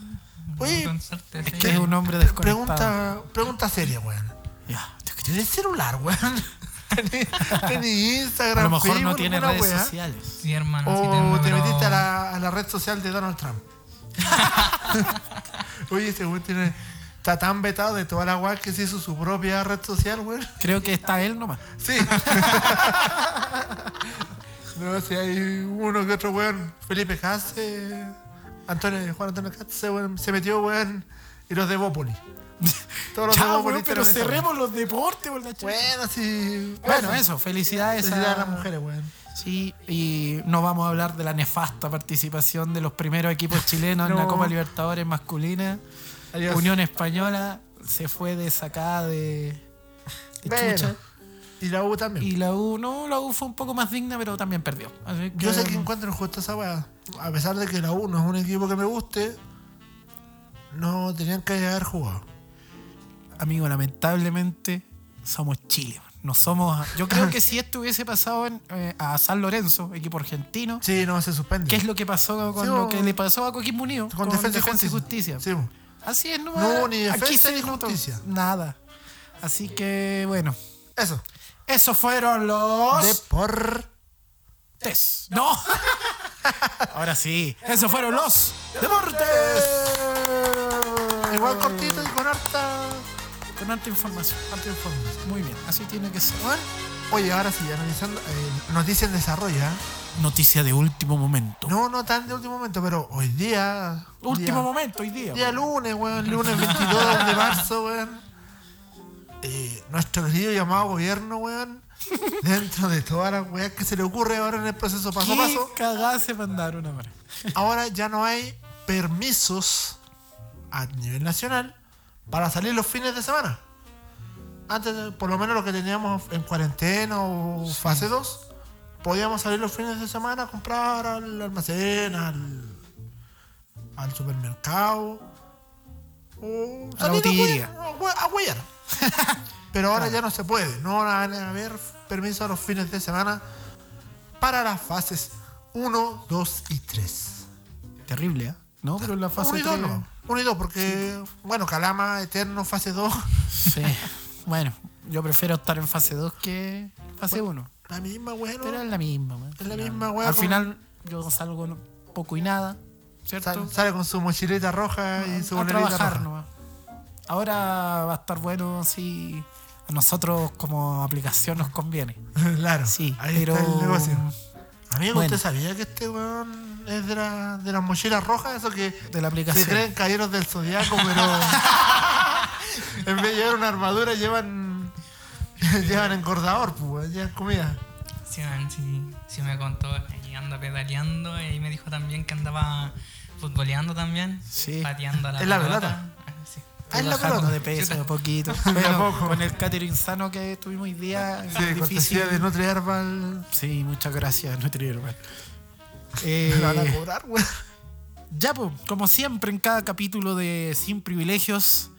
Speaker 2: Oye,
Speaker 3: no, con suerte, sí.
Speaker 1: Que es un hombre desconectado.
Speaker 2: Pregunta, pregunta seria, weón.
Speaker 1: Ya.
Speaker 2: ¿Tenés celular, weón? ¿Tenés, tenés Instagram?
Speaker 1: A lo mejor no
Speaker 2: Facebook,
Speaker 1: tiene
Speaker 2: alguna
Speaker 1: redes
Speaker 2: weá?
Speaker 1: sociales.
Speaker 3: Sí, hermano. sí
Speaker 2: O
Speaker 3: tengo,
Speaker 2: Oh, te
Speaker 3: pero-
Speaker 2: metiste a la, a la red social de Donald Trump. Oye, ese weón tiene, está tan vetado de toda la weá que se hizo su propia red social, weón.
Speaker 1: Creo que está él nomás.
Speaker 2: Sí. no, si hay uno que otro weón. Felipe Katz, eh, Antonio, Juan Antonio Katz se, weón, se metió, weón, y los de Bópoli. Todos los de
Speaker 1: Ya,
Speaker 2: Bópoli
Speaker 1: weón, pero
Speaker 2: hicieron eso,
Speaker 1: cerremos los deportes, por la chucha.
Speaker 2: weón. Bueno, sí.
Speaker 1: Bueno, eso, felicidades,
Speaker 2: Felicidades
Speaker 1: a,
Speaker 2: a las mujeres, weón.
Speaker 1: Sí, y no vamos a hablar de la nefasta participación de los primeros equipos chilenos en la
Speaker 2: No.
Speaker 1: Copa Libertadores masculina.
Speaker 2: Adiós.
Speaker 1: Unión Española se fue de sacada de, de
Speaker 2: Bueno,
Speaker 1: chucha.
Speaker 2: Y la U también.
Speaker 1: Y la U, no, la U fue un poco más digna, pero también perdió. Así que,
Speaker 2: Yo sé que encuentro justo esa weá. A pesar de que la U no es un equipo que me guste, no tenían que haber jugado.
Speaker 1: Amigo, lamentablemente somos Chile. man. No somos. Yo creo que si esto hubiese pasado en, eh, a San Lorenzo, equipo argentino,
Speaker 2: Sí, no, se suspende.
Speaker 1: ¿qué es lo que pasó con
Speaker 2: Sí,
Speaker 1: lo
Speaker 2: o-
Speaker 1: que le pasó a Coquimbo Unido?
Speaker 2: Con, defensa, y
Speaker 1: Justicia.
Speaker 2: Sí, bo.
Speaker 1: Así es, no,
Speaker 2: No hubo ni defensa
Speaker 1: Aquí se
Speaker 2: ni
Speaker 1: dijo todo.
Speaker 2: justicia.
Speaker 1: Nada. Así que, bueno,
Speaker 2: eso.
Speaker 1: esos fueron los
Speaker 2: Depor.
Speaker 1: deportes. No. Ahora sí, esos fueron los deportes.
Speaker 2: Igual cortito y con harta,
Speaker 1: Con harta información.
Speaker 2: harta información.
Speaker 1: Muy bien, así tiene que ser.
Speaker 2: Bueno, oye, ahora sí, analizando eh, noticias en desarrollo. ¿eh?
Speaker 1: Noticia de último momento.
Speaker 2: No, no tan de último momento, pero hoy día.
Speaker 1: último
Speaker 2: día-
Speaker 1: momento hoy día.
Speaker 2: Día lunes, weón, lunes 22 de marzo, weón. Eh, nuestro querido llamado gobierno, weón. Dentro de todas las weas que se le ocurre ahora en el proceso paso a
Speaker 1: ¿Qué
Speaker 2: paso.
Speaker 1: cagada se mandaron ahora?
Speaker 2: ahora ya no hay permisos a nivel nacional para salir los fines de semana. Antes, de- por lo menos lo que teníamos en cuarentena o fase 2, podíamos salir los fines de semana a comprar al almacén, al, al supermercado. O
Speaker 1: A la
Speaker 2: salir
Speaker 1: botillería.
Speaker 2: A, hue- a huear. Pero ahora ya no se puede. No van a haber permisos a los fines de semana para las fases 1, 2 y 3.
Speaker 1: Terrible, ¿eh? No, pero en la fase
Speaker 2: Uno y dos,
Speaker 1: tres-
Speaker 2: no. Uno y dos, porque, bueno, Calama, Eterno, fase 2.
Speaker 1: Sí. Bueno, yo prefiero estar en fase 2 que fase 1.
Speaker 2: La misma, weón.
Speaker 1: Pero es la misma, weón.
Speaker 2: Es la misma, weón.
Speaker 1: Al final, yo salgo no- poco y nada, ¿cierto?
Speaker 2: Sal- sale con su mochileta roja y su
Speaker 1: Ah, a
Speaker 2: bolerita
Speaker 1: trabajar
Speaker 2: roja.
Speaker 1: nomás. Ahora va a estar bueno si a nosotros como aplicación nos conviene.
Speaker 2: claro.
Speaker 1: Sí,
Speaker 2: ahí
Speaker 1: pero.
Speaker 2: está el negocio. Amigo,
Speaker 1: Bueno.
Speaker 2: ¿usted sabía que este weón es de, la, de las mochilas rojas? Eso que
Speaker 1: De la aplicación.
Speaker 2: se creen caballeros del zodiaco, pero. en vez de llevar una armadura, llevan. llevan engordador, pues, weón, llevan comida.
Speaker 3: Sebastián, sí, sí me contó que anda pedaleando y me dijo también que andaba futboleando también.
Speaker 1: Sí.
Speaker 3: Pateando a la
Speaker 2: ¿En la
Speaker 3: Ah, sí.
Speaker 2: Ah, es la
Speaker 1: Bajando
Speaker 2: pelota.
Speaker 1: de peso de a poquito.
Speaker 2: De a poco.
Speaker 1: Con el catering sano que tuvimos hoy día.
Speaker 2: Sí,
Speaker 1: es
Speaker 2: cortesía
Speaker 1: difícil.
Speaker 2: de Notre Herbal.
Speaker 1: Sí, muchas gracias, Nutriherman.
Speaker 2: Me la van a
Speaker 1: Eh,
Speaker 2: cobrar, güey.
Speaker 1: ya, pues, como siempre en cada capítulo de Sin Privilegios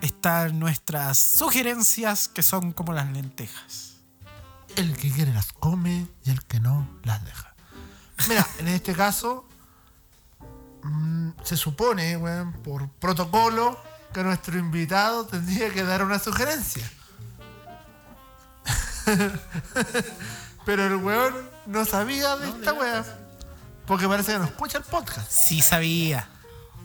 Speaker 1: están nuestras sugerencias que son como las lentejas.
Speaker 2: El que quiere las come y el que no las deja. Mira, en este caso, mm, se supone, weón, por protocolo, que nuestro invitado tendría que dar una sugerencia. Pero el weón no sabía de esta weá. Porque parece que no escucha el podcast.
Speaker 1: Sí sabía.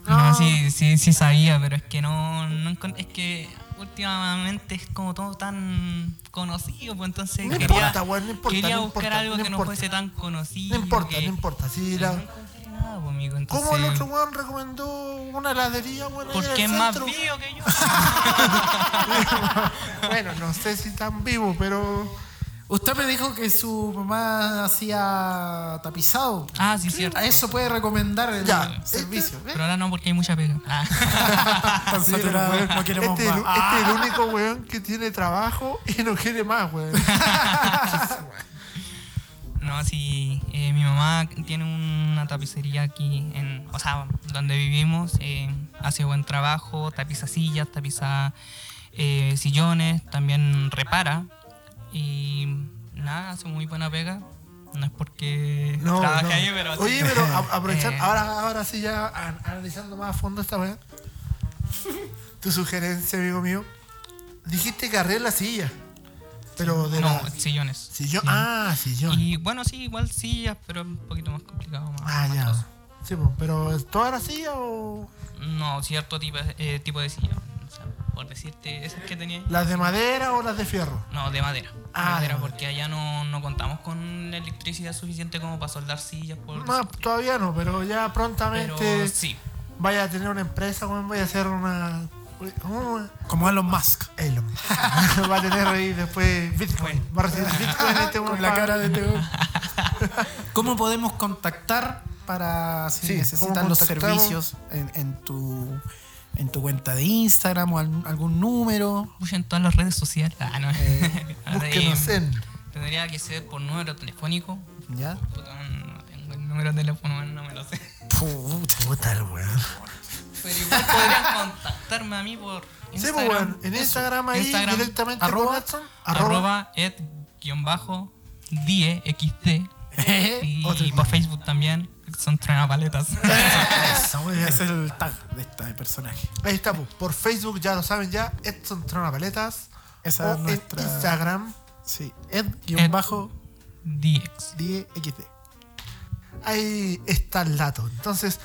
Speaker 3: No, sí, sí, sí sabía, pero es que no, no encon- es que últimamente es como todo tan conocido, pues entonces
Speaker 2: No
Speaker 3: quería,
Speaker 2: importa, weón, no importa,
Speaker 3: quería
Speaker 2: no
Speaker 3: buscar
Speaker 2: importa,
Speaker 3: algo
Speaker 2: no
Speaker 3: que no
Speaker 2: importa.
Speaker 3: fuese tan conocido.
Speaker 2: No importa,
Speaker 3: que-
Speaker 2: no importa. Si
Speaker 3: pero
Speaker 2: la-
Speaker 3: no encontré nada, pues, amigo, entonces,
Speaker 2: ¿Cómo el otro weón recomendó una heladería, weón? ahí en el
Speaker 3: Porque es más
Speaker 2: centro?
Speaker 3: vivo que yo.
Speaker 2: Bueno, no sé si tan vivo, pero.
Speaker 1: Usted me dijo que su mamá hacía tapizado.
Speaker 3: ah, sí, cierto.
Speaker 1: A eso puede recomendar el
Speaker 2: Ya,
Speaker 1: servicio.
Speaker 2: este-
Speaker 3: Pero ahora no, porque hay mucha pega. Ah.
Speaker 1: Tan
Speaker 2: Sí,
Speaker 1: saturado,
Speaker 2: weón.
Speaker 1: no queremos
Speaker 2: este, es el-
Speaker 1: más. Ah,
Speaker 2: este es el único weón que tiene trabajo y no quiere más, weón.
Speaker 3: No, sí, eh, mi mamá tiene una tapicería aquí, en, o sea, donde vivimos, eh, hace buen trabajo, tapiza sillas, tapiza eh, sillones, también repara y nada, hace muy buena pega. No es porque
Speaker 2: No,
Speaker 3: trabaje
Speaker 2: no.
Speaker 3: ahí, pero...
Speaker 2: Oye,
Speaker 3: sí.
Speaker 2: pero a- aprovechar,
Speaker 3: Eh,
Speaker 2: ahora, ahora sí ya an- analizando más a fondo esta weón. Tu sugerencia, amigo mío. Dijiste que arregle la silla. Pero de
Speaker 3: No,
Speaker 2: la.
Speaker 3: sillones.
Speaker 2: Sillón.
Speaker 3: Sí.
Speaker 2: Ah, sillón.
Speaker 3: Y bueno, sí, igual sillas, pero un poquito más complicado. Más,
Speaker 2: Ah,
Speaker 3: más
Speaker 2: ya.
Speaker 3: costoso.
Speaker 2: Sí, po, pero ¿toda la silla o.?
Speaker 3: No, cierto tipo, eh, tipo de silla. O sea, por decirte, esas que tenía ahí.
Speaker 2: ¿Las de madera o las de fierro?
Speaker 3: No, de madera.
Speaker 2: Ah,
Speaker 3: de madera,
Speaker 2: de madera.
Speaker 3: porque allá no, no contamos con la electricidad suficiente como para soldar sillas. Por
Speaker 2: No, pues, este- todavía no, pero ya prontamente.
Speaker 3: pero sí.
Speaker 2: vaya a tener una empresa, weón, vaya a hacer una. ¿Cómo? weón?
Speaker 1: Ah, Como Elon Musk.
Speaker 2: Elon. va a tener ahí después Bitcoin. Va a recibir Bitcoin este weón
Speaker 1: Con la
Speaker 2: pa-
Speaker 1: cara de Teo. ¿Cómo podemos contactar para si
Speaker 2: Sí,
Speaker 1: necesitan
Speaker 2: ¿cómo
Speaker 1: los
Speaker 2: contactamos?
Speaker 1: servicios en, en tu en tu cuenta de Instagram o al- algún número?
Speaker 3: Uy, en todas las redes sociales. Ah, no. Ahora,
Speaker 2: Búsquenos
Speaker 3: eh,
Speaker 2: en.
Speaker 3: Tendría que ser por número telefónico.
Speaker 1: ¿Ya?
Speaker 3: Puta, no tengo el número de teléfono, no me lo sé.
Speaker 1: Puta.
Speaker 2: Puta el weón.
Speaker 3: Pero igual podrían contactarme a mí por
Speaker 2: Sí,
Speaker 3: Instagram.
Speaker 2: pues, weón. En
Speaker 3: Eso,
Speaker 2: Instagram ahí
Speaker 3: Instagram,
Speaker 2: directamente
Speaker 1: arroba-
Speaker 2: con Edson,
Speaker 3: Arroba
Speaker 1: ¿Eh?
Speaker 3: ed-diext. Y,
Speaker 2: Eh, Otro
Speaker 3: por Facebook también. Son trenapaletas.
Speaker 2: Eso, muy bien.
Speaker 1: Ese es el tag de este personaje.
Speaker 2: Ahí estamos. Por Facebook ya lo saben ya. Edson Trona Paletas.
Speaker 1: Esa
Speaker 2: o
Speaker 1: es nuestra.
Speaker 2: Oh, en Instagram.
Speaker 1: Sí. Ed-DXD.
Speaker 3: Diex.
Speaker 2: Ahí está el dato. Entonces,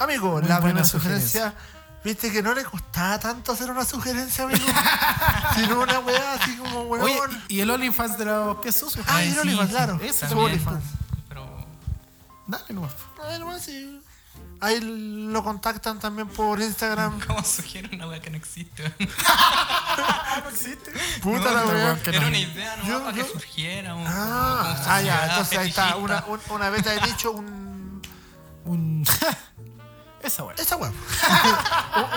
Speaker 2: amigo,
Speaker 1: Muy
Speaker 2: la
Speaker 1: buena
Speaker 2: buena sugerencia. Viste que no le costaba tanto hacer una sugerencia, amigo. sino una weá así como weón.
Speaker 1: Oye, y el OnlyFans de los pies sucios.
Speaker 2: Ah, y
Speaker 3: Ay,
Speaker 2: el
Speaker 3: sí,
Speaker 2: OnlyFans,
Speaker 3: sí,
Speaker 2: claro.
Speaker 1: ese
Speaker 2: Es
Speaker 1: también.
Speaker 2: OnlyFans.
Speaker 3: Pero
Speaker 1: Dale nomás.
Speaker 2: A ver, weón, sí. Ahí lo contactan también por Instagram.
Speaker 3: ¿Cómo sugieren una weá que no existe?
Speaker 2: Puta la
Speaker 1: no,
Speaker 2: weá.
Speaker 1: weón, que
Speaker 3: Era
Speaker 1: no.
Speaker 3: una idea nomás
Speaker 2: Yo-
Speaker 3: para
Speaker 2: yo-
Speaker 3: que surgiera. un- como
Speaker 2: Ah,
Speaker 3: sociedad
Speaker 2: ah, ya. Entonces ahí está. Una,
Speaker 3: fetichista.
Speaker 2: un- una vez te he dicho un.
Speaker 1: Un. Esa weá.
Speaker 2: Esa weá. Un-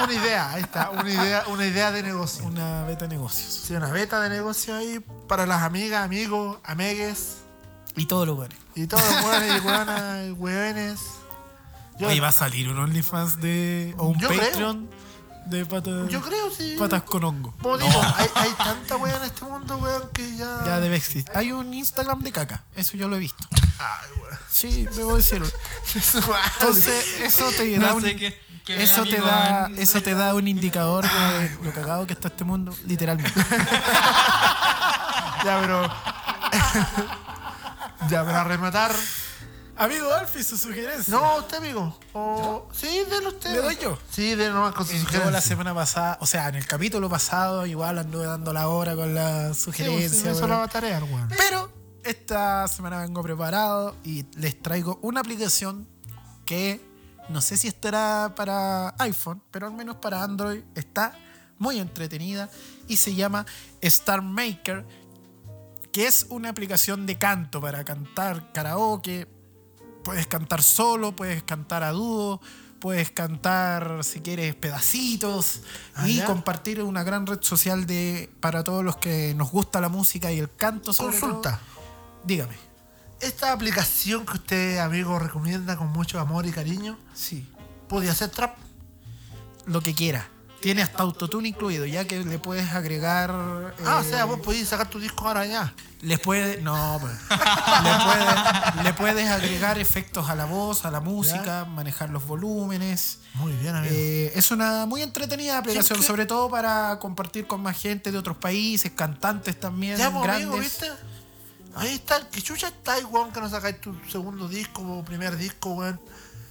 Speaker 2: una idea, ahí está. Una idea, una idea de negocio.
Speaker 1: Una beta de negocios.
Speaker 2: Sí, una beta de negocio ahí para las amigas, amigos, amegues
Speaker 1: Y todos los lugares.
Speaker 2: y todos los weones y weonas y weones. Yo,
Speaker 1: Oye, va a salir un OnlyFans de. o un
Speaker 2: Yo creo.
Speaker 1: Patreon de pata-
Speaker 2: yo creo, sí.
Speaker 1: patas con hongo.
Speaker 2: Como digo, hay, hay tanta wea en este mundo, weón, que ya.
Speaker 1: Ya debe existir. Hay un Instagram de caca. Eso yo lo he visto.
Speaker 2: Ay, weón.
Speaker 1: Sí, debo decirlo. Entonces, eso te da
Speaker 3: No
Speaker 1: un.
Speaker 3: sé qué- qué me
Speaker 1: eso
Speaker 3: da,
Speaker 1: te
Speaker 3: amigo,
Speaker 1: da.
Speaker 3: en-
Speaker 1: Eso te da un indicador de lo cagado que está este mundo, literalmente.
Speaker 2: Ya, pero. ya, para rematar.
Speaker 1: Amigo Alfie, su sugerencia.
Speaker 2: No, usted, amigo. O... Sí, denle usted.
Speaker 1: ¿Le doy yo?
Speaker 2: Sí, denle nomás con su
Speaker 1: Eh, Yo
Speaker 2: sugerencia.
Speaker 1: la semana pasada, o sea, en el capítulo pasado, igual anduve dando la hora con la
Speaker 2: Sí, pues, sí,
Speaker 1: sugerencia.
Speaker 2: eso la va a tarear, weón.
Speaker 1: Pero esta semana vengo preparado y les traigo una aplicación que no sé si estará para iPhone, pero al menos para Android está muy entretenida y se llama Star Maker, que es una aplicación de canto para cantar karaoke. Puedes cantar solo, puedes cantar a dúo, puedes cantar si quieres pedacitos
Speaker 2: Ah,
Speaker 1: y
Speaker 2: ya.
Speaker 1: compartir una gran red social de para todos los que nos gusta la música y el canto. sobre
Speaker 2: Consulta.
Speaker 1: todo. Dígame.
Speaker 2: Esta aplicación que usted, amigo, recomienda con mucho amor y cariño,
Speaker 1: Sí.
Speaker 2: podía ser trap.
Speaker 1: Lo que quiera. Tiene hasta autotune incluido, ya que le puedes agregar.
Speaker 2: Ah, o
Speaker 1: eh,
Speaker 2: sea, vos podías sacar tu disco ahora ya.
Speaker 1: Les puede. No, pues. le, puede- le puedes agregar efectos a la voz, a la música, manejar los volúmenes.
Speaker 2: Muy Ah, bien, amigo.
Speaker 1: Eh, es una muy entretenida aplicación,
Speaker 2: Sí, sí.
Speaker 1: sobre todo para compartir con más gente de otros países, cantantes también,
Speaker 2: ya, pues,
Speaker 1: grandes.
Speaker 2: amigo, ¿viste? Ahí está, el que chucha está ahí, weón, que no sacáis tu segundo disco o primer disco, weón.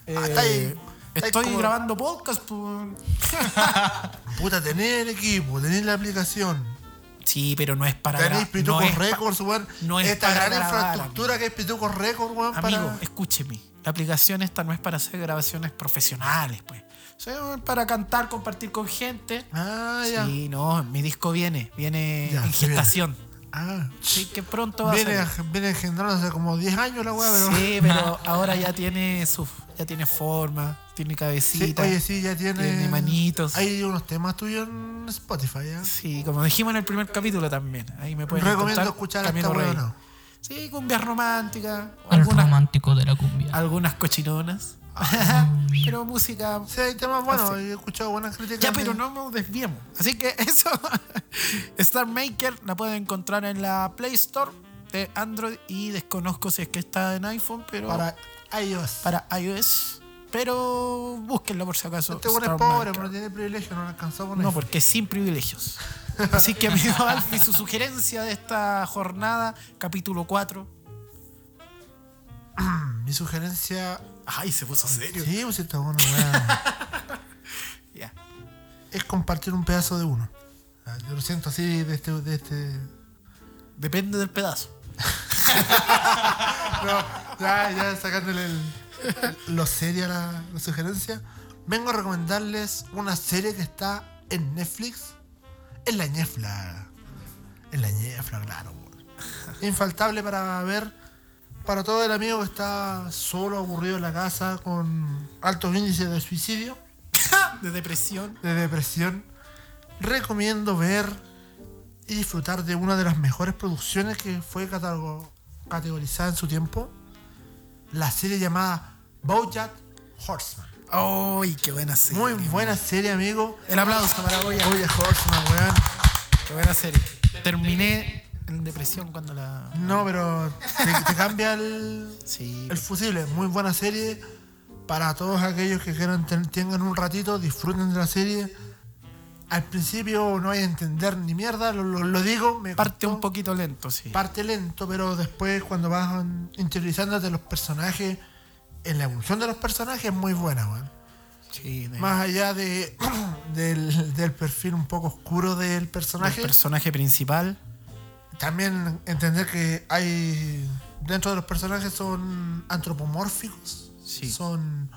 Speaker 2: Ah, está ahí-
Speaker 1: Eh,
Speaker 2: está ahí
Speaker 1: estoy
Speaker 2: como-
Speaker 1: grabando podcast. pues. pu-
Speaker 2: Puta, tener el equipo, tener la aplicación,
Speaker 1: Sí, pero no es para grabar.
Speaker 2: tenéis
Speaker 1: No
Speaker 2: Pitucos
Speaker 1: es pa-
Speaker 2: Records, weón.
Speaker 1: no es
Speaker 2: Esta
Speaker 1: para
Speaker 2: gran
Speaker 1: grabar,
Speaker 2: infraestructura que es Pitucos Records, weón,
Speaker 1: Amigo,
Speaker 2: para...
Speaker 1: escúcheme. La aplicación esta no es para hacer grabaciones profesionales, pues. O sea, es para cantar, compartir con gente.
Speaker 2: Ah, ya.
Speaker 1: Sí, no, mi disco viene, viene
Speaker 2: Ya,
Speaker 1: en
Speaker 2: sí viene.
Speaker 1: gestación.
Speaker 2: Ah.
Speaker 1: Sí, que pronto va
Speaker 2: Viene,
Speaker 1: a salir.
Speaker 2: viene engendrando hace como 10 años la weá, pero...
Speaker 1: Sí, pero ahora ya tiene su, ya tiene forma, tiene
Speaker 2: Sí,
Speaker 1: cabecita.
Speaker 2: oye, sí, ya tiene.
Speaker 1: tiene manitos.
Speaker 2: Hay unos temas tuyos en Spotify, ¿eh?
Speaker 1: Sí, como dijimos en el primer capítulo también. Ahí me pueden
Speaker 2: Recomiendo
Speaker 1: encontrar
Speaker 2: escuchar a
Speaker 1: Camino
Speaker 2: esta
Speaker 1: Rey.
Speaker 2: weona.
Speaker 1: Sí, cumbias románticas,
Speaker 3: El
Speaker 1: algunas,
Speaker 3: romántico de la cumbia.
Speaker 1: algunas cochinonas.
Speaker 2: Ah,
Speaker 1: pero música
Speaker 2: Sí, hay temas buenos,
Speaker 1: Ah,
Speaker 2: he escuchado buenas críticas.
Speaker 1: Ya,
Speaker 2: de-
Speaker 1: pero no nos desviemos. Así que eso, Star Maker la pueden encontrar en la Play Store de Android y desconozco si es que está en iPhone, pero para,
Speaker 2: Para ellos.
Speaker 1: iOS. Pero búsquenlo por si acaso.
Speaker 2: Este weón es
Speaker 1: Star
Speaker 2: pobre,
Speaker 1: Maker.
Speaker 2: pero tiene privilegio, no lo alcanzó a poner.
Speaker 1: No, porque sin privilegios. Así que, amigo Alf, y su sugerencia de esta jornada, capítulo 4.
Speaker 2: Mi sugerencia.
Speaker 1: Ay, se puso serio.
Speaker 2: Sí, pues está bueno, weón.
Speaker 1: Ya.
Speaker 2: es compartir un pedazo de uno. Ah, Yo lo siento así de este. De este...
Speaker 1: Depende del pedazo.
Speaker 2: No, ya, ya sacándole el- lo seria la, la sugerencia. Vengo a recomendarles una serie que está en Netflix. En la ñefla. En la ñefla, claro. weón. Infaltable para ver. Para todo el amigo que está solo, aburrido en la casa, con altos índices de suicidio,
Speaker 1: De depresión.
Speaker 2: de depresión. Recomiendo ver y disfrutar de una de las mejores producciones que fue catalogo- categorizada en su tiempo. La serie llamada Bojack Horseman.
Speaker 1: ¡Ay, qué buena serie!
Speaker 2: Muy buena serie, amigo.
Speaker 1: El aplauso para Goya.
Speaker 2: Bojack Horseman, weón.
Speaker 1: Qué buena serie. Terminé en depresión cuando la.
Speaker 2: No, pero te, te cambia el,
Speaker 1: Sí.
Speaker 2: el fusible. Muy buena serie. Para todos aquellos que quieran ten- tengan un ratito, disfruten de la serie. Al principio no hay a entender ni mierda, lo, lo- lo digo. Me
Speaker 1: Parte
Speaker 2: costó.
Speaker 1: un poquito lento, sí.
Speaker 2: parte lento, pero después cuando vas interiorizándote los personajes, en la evolución de los personajes es muy buena, weón.
Speaker 1: Sí, de-
Speaker 2: Más allá de, del, del perfil un poco oscuro del
Speaker 1: del
Speaker 2: personaje,
Speaker 1: personaje principal.
Speaker 2: también entender que hay dentro de los personajes son antropomórficos,
Speaker 1: Sí.
Speaker 2: son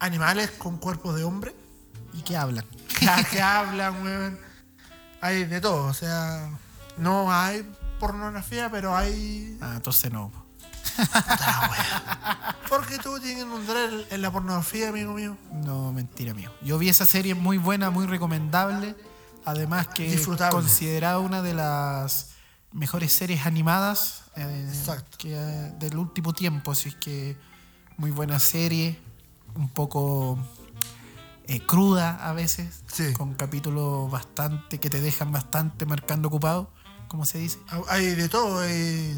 Speaker 2: animales con cuerpos de hombre,
Speaker 1: ¿Y qué hablan?
Speaker 2: que- que hablan, weón. Hay de todo, o sea, no hay pornografía, pero hay
Speaker 1: Ah, entonces no.
Speaker 2: Porque tú tienes que inundar el- en la pornografía, amigo mío.
Speaker 1: No, mentira mío. Yo vi esa serie muy buena, muy recomendable. Además que
Speaker 2: Disfrutable.
Speaker 1: considerada una de las mejores series animadas eh,
Speaker 2: Exacto.
Speaker 1: que, eh, del último tiempo. Así que muy buena serie. Un poco eh, cruda a veces.
Speaker 2: Sí.
Speaker 1: Con capítulos bastante que te dejan bastante marcando ocupado, como se dice.
Speaker 2: Ha- Hay de todo, hay,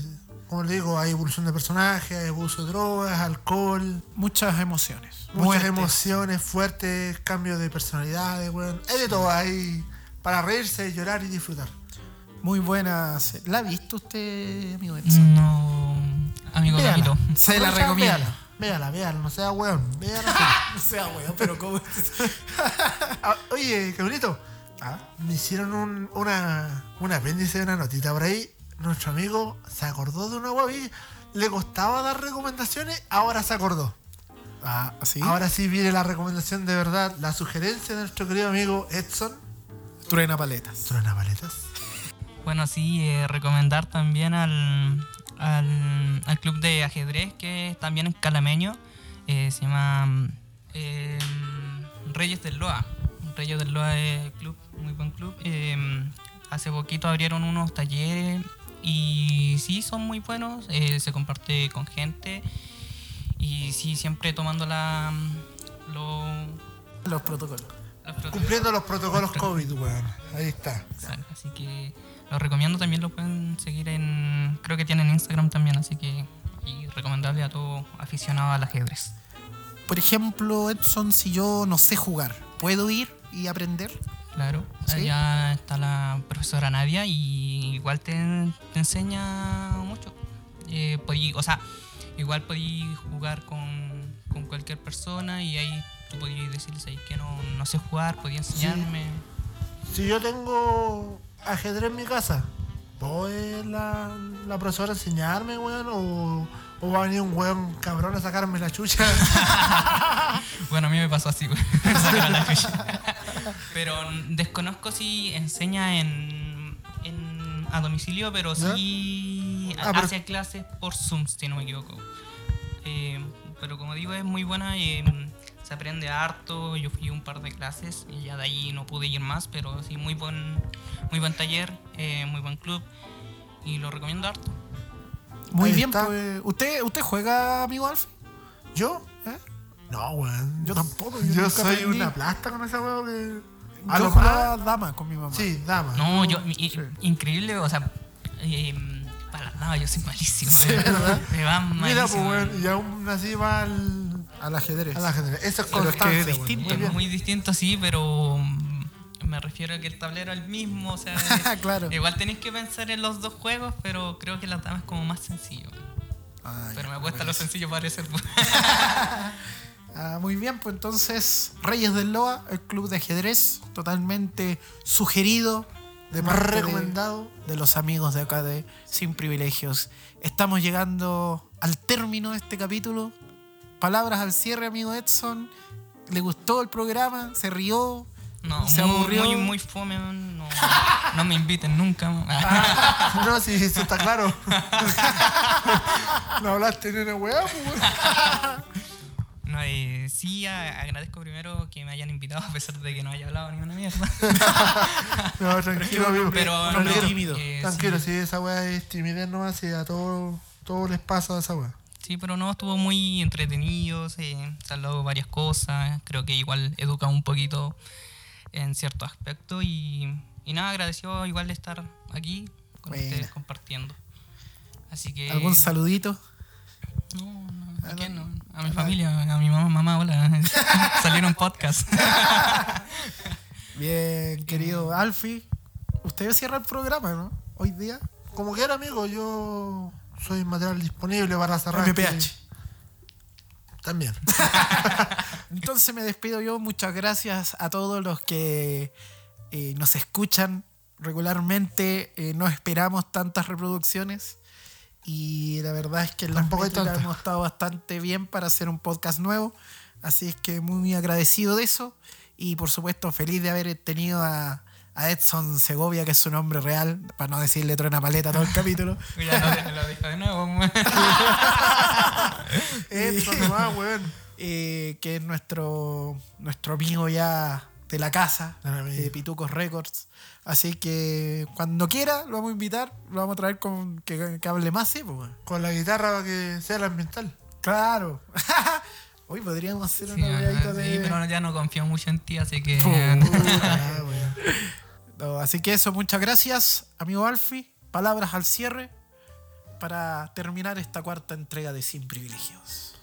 Speaker 2: como le digo, hay evolución de personajes, hay abuso de drogas, alcohol,
Speaker 1: Muchas emociones.
Speaker 2: muchas
Speaker 1: muertes.
Speaker 2: emociones fuertes, cambios de personalidades, weón. Hay de todo, hay para reírse, llorar y disfrutar.
Speaker 1: Muy buenas. ¿La ha visto usted, amigo Edson?
Speaker 3: No, amigo Capito.
Speaker 1: Se la
Speaker 2: Aprovecha,
Speaker 1: recomiendo.
Speaker 2: Véala, véala, véala, no sea weón, véala.
Speaker 1: No sea weón, pero ¿cómo es?
Speaker 2: Ah, oye, Camilito, me hicieron un, una, un apéndice de una notita por ahí. Nuestro amigo se acordó de una guavi. Le costaba dar recomendaciones, ahora se acordó.
Speaker 1: Ah, sí.
Speaker 2: Ahora sí viene la recomendación de verdad, la sugerencia de nuestro querido amigo Edson.
Speaker 1: truena paletas.
Speaker 2: Truena paletas.
Speaker 3: Bueno, sí, eh, recomendar también al, al, al club de ajedrez que es también es calameño. eh, se llama mm, eh, Reyes del Loa. Reyes del Loa es club, muy buen club. Eh, hace poquito abrieron unos talleres y sí, son muy buenos. eh, se comparte con gente y sí, siempre tomando la, lo,
Speaker 1: Los protocolos.
Speaker 3: los protocolos.
Speaker 2: Cumpliendo los protocolos COVID, weón. Ahí está.
Speaker 3: Sale, Así que lo recomiendo también, lo pueden seguir en. Creo que tienen Instagram también, así que. Y recomendable a todo aficionado al ajedrez.
Speaker 1: Por ejemplo, Edson, si yo no sé jugar, ¿puedo ir y aprender?
Speaker 3: Claro.
Speaker 1: ¿Sí?
Speaker 3: Allá está la profesora Nadia y igual te, te enseña mucho. Eh, podí- o sea, igual podí jugar con, con cualquier persona y ahí tú podías decirles ahí que no, no sé jugar, podía enseñarme.
Speaker 2: Si yo tengo ajedrez en mi casa, ¿puede la, la profesora a enseñarme, weón? O, o va a venir un weón cabrón a sacarme la chucha?
Speaker 3: Bueno, a mí me pasó así, güey. Me sacaron la chucha. Pero mm, desconozco si enseña en, en- a domicilio, pero
Speaker 2: ¿Ya?
Speaker 3: sí
Speaker 2: Ah,
Speaker 3: ha-
Speaker 2: pero-
Speaker 3: hace clases por Zoom, si no me equivoco. Eh, pero como digo, es muy buena, eh, se aprende harto. Yo fui a un par de clases y ya de ahí no pude ir más, pero sí, muy buen, muy buen taller, eh, muy buen club y lo recomiendo harto.
Speaker 1: Muy
Speaker 2: Ahí
Speaker 1: bien,
Speaker 2: está.
Speaker 1: pues. ¿Usted, ¿Usted juega, amigo Alf?
Speaker 2: ¿Yo?
Speaker 1: ¿Eh?
Speaker 2: No, weón.
Speaker 1: Yo tampoco, yo
Speaker 2: Yo,
Speaker 1: nunca
Speaker 2: soy
Speaker 1: aprendí.
Speaker 2: una plasta con esa weón que. A
Speaker 1: Yo
Speaker 2: lo
Speaker 1: jugaba
Speaker 2: más.
Speaker 1: dama con mi mamá.
Speaker 2: Sí, dama.
Speaker 3: No, yo, i-
Speaker 1: sí.
Speaker 3: increíble, o sea, eh, para nada, yo soy malísimo.
Speaker 2: Sí,
Speaker 3: me,
Speaker 2: ¿verdad?
Speaker 3: me va
Speaker 2: Mira, pues
Speaker 3: malísimo.
Speaker 2: weón, y aún así va al.
Speaker 1: Al ajedrez.
Speaker 2: al ajedrez. Eso es
Speaker 1: Pero es que
Speaker 2: constancia,
Speaker 1: es
Speaker 2: weón.
Speaker 1: distinto,
Speaker 2: Muy
Speaker 3: es
Speaker 2: bien.
Speaker 3: muy distinto, sí, pero mm, me refiero a que el tablero es el mismo, o sea,
Speaker 1: Claro.
Speaker 3: igual tenéis que pensar en los dos juegos, pero creo que la dama es como más sencillo.
Speaker 1: Ah, ya.
Speaker 3: Pero me cuesta lo sencillo parecer.
Speaker 1: Ah, muy bien, pues entonces, Reyes del Loa, el club de ajedrez, totalmente sugerido, de
Speaker 2: Más
Speaker 1: parte de-
Speaker 2: recomendado.
Speaker 1: de los amigos de acá de Sin Privilegios. Estamos llegando al término de este capítulo. Palabras al cierre, amigo Edson. ¿Le gustó el programa? ¿Se rió?
Speaker 3: No,
Speaker 1: ¿Se
Speaker 3: muy,
Speaker 1: aburrió?
Speaker 3: muy, muy fome, no, no me inviten nunca.
Speaker 2: Ah. No, sí, eso está claro. no hablaste ni una weá, pues, weón.
Speaker 3: No, eh, sí, a- agradezco primero que me hayan invitado, a pesar de que no haya hablado ni una mierda.
Speaker 2: No, tranquilo, amigo.
Speaker 3: Pero
Speaker 1: Hombre
Speaker 3: no,
Speaker 1: tímido.
Speaker 3: eh,
Speaker 2: Tranquilo, si esa weá es timidez nomás, si a todos todo les pasa a esa weá.
Speaker 3: Sí, pero no, estuvo muy entretenido, se se habló varias cosas, creo que igual educa un poquito en cierto aspecto y, y nada, agradeció igual de estar aquí con
Speaker 1: Buena.
Speaker 3: ustedes compartiendo. Así que...
Speaker 1: ¿Algún saludito?
Speaker 3: No, no, ¿a quién no? A mi familia, a mi mamá, mamá, hola. Salieron podcast.
Speaker 1: Bien, querido Alfie. Usted cierra el programa, ¿no? Hoy día.
Speaker 2: Como quiera, amigo, yo soy material disponible para cerrar.
Speaker 1: MPH.
Speaker 2: este- También.
Speaker 1: Entonces me despido yo. Muchas gracias a todos los que eh, nos escuchan regularmente. Eh, no esperamos tantas reproducciones. Y la verdad es que en las
Speaker 2: Tampoco hay
Speaker 1: métricas
Speaker 2: tantas.
Speaker 1: hemos estado bastante bien para hacer un podcast nuevo. Así es que muy agradecido de eso. Y por supuesto, feliz de haber tenido a, a Edson Segovia, que es su nombre real, para no decirle truena paleta todo el capítulo.
Speaker 3: Mira, lo, lo dijo de nuevo.
Speaker 2: Eso nomás, weón.
Speaker 1: eh, que es nuestro, nuestro amigo ya de la casa,
Speaker 3: Ah,
Speaker 2: Un amigo.
Speaker 1: de Pitucos Records. Así que cuando quiera lo vamos a invitar, lo vamos a traer con que, que hable más, sí, pues, weón.
Speaker 2: Con la guitarra para que sea la ambiental.
Speaker 1: Claro. Hoy podríamos hacer
Speaker 3: Sí,
Speaker 1: una weadita
Speaker 3: sí,
Speaker 1: de...
Speaker 3: pero ya no confío mucho en ti, así que...
Speaker 2: Puta, weón.
Speaker 1: No, así que eso, muchas gracias, amigo Alfie. Palabras al cierre para terminar esta cuarta entrega de Sin Privilegios.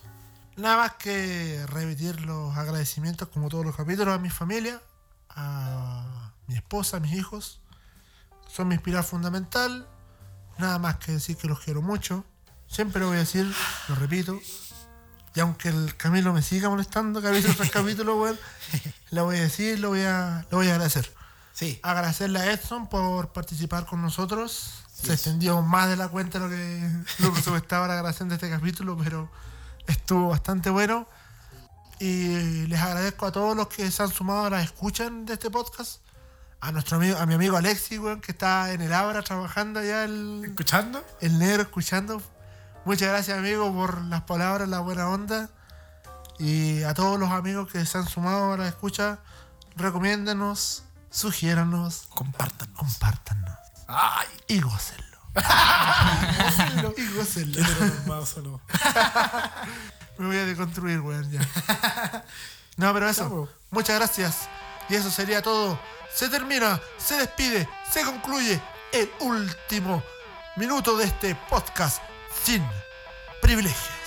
Speaker 2: Nada más que repetir los agradecimientos, como todos los capítulos, a mi familia, a mi esposa, a mis hijos. Son mi pilar fundamental. Nada más que decir que los quiero mucho. Siempre lo voy a decir, lo repito. Y aunque el Camilo me siga molestando capítulo tras capítulo, weón, lo voy a decir, lo voy a, lo voy a agradecer.
Speaker 1: Sí,
Speaker 2: Agradecerle a Edson por participar con nosotros. Se extendió más de la cuenta lo que lo presupuestaba la grabación de este capítulo, pero estuvo bastante bueno. eh, Y les agradezco a todos los que se han sumado a las escuchas de este podcast. a nuestro amigo, a mi amigo Alexi, weón, que está en el Abra trabajando allá el,
Speaker 1: ¿Escuchando?
Speaker 2: el negro escuchando. Muchas gracias, amigo, por las palabras, la buena onda. Y a todos los amigos que se han sumado a la escucha, recomiéndanos, sugiéranos,
Speaker 1: Compártanlo.
Speaker 2: compártanos
Speaker 1: ¡Ay!
Speaker 2: y gócenlo. y gócenlo. Me voy a deconstruir, weón, ya. No, pero eso.
Speaker 1: Ya, po.
Speaker 2: Muchas gracias. Y eso sería todo. Se termina, se despide, se concluye el último minuto de este podcast sin privilegios.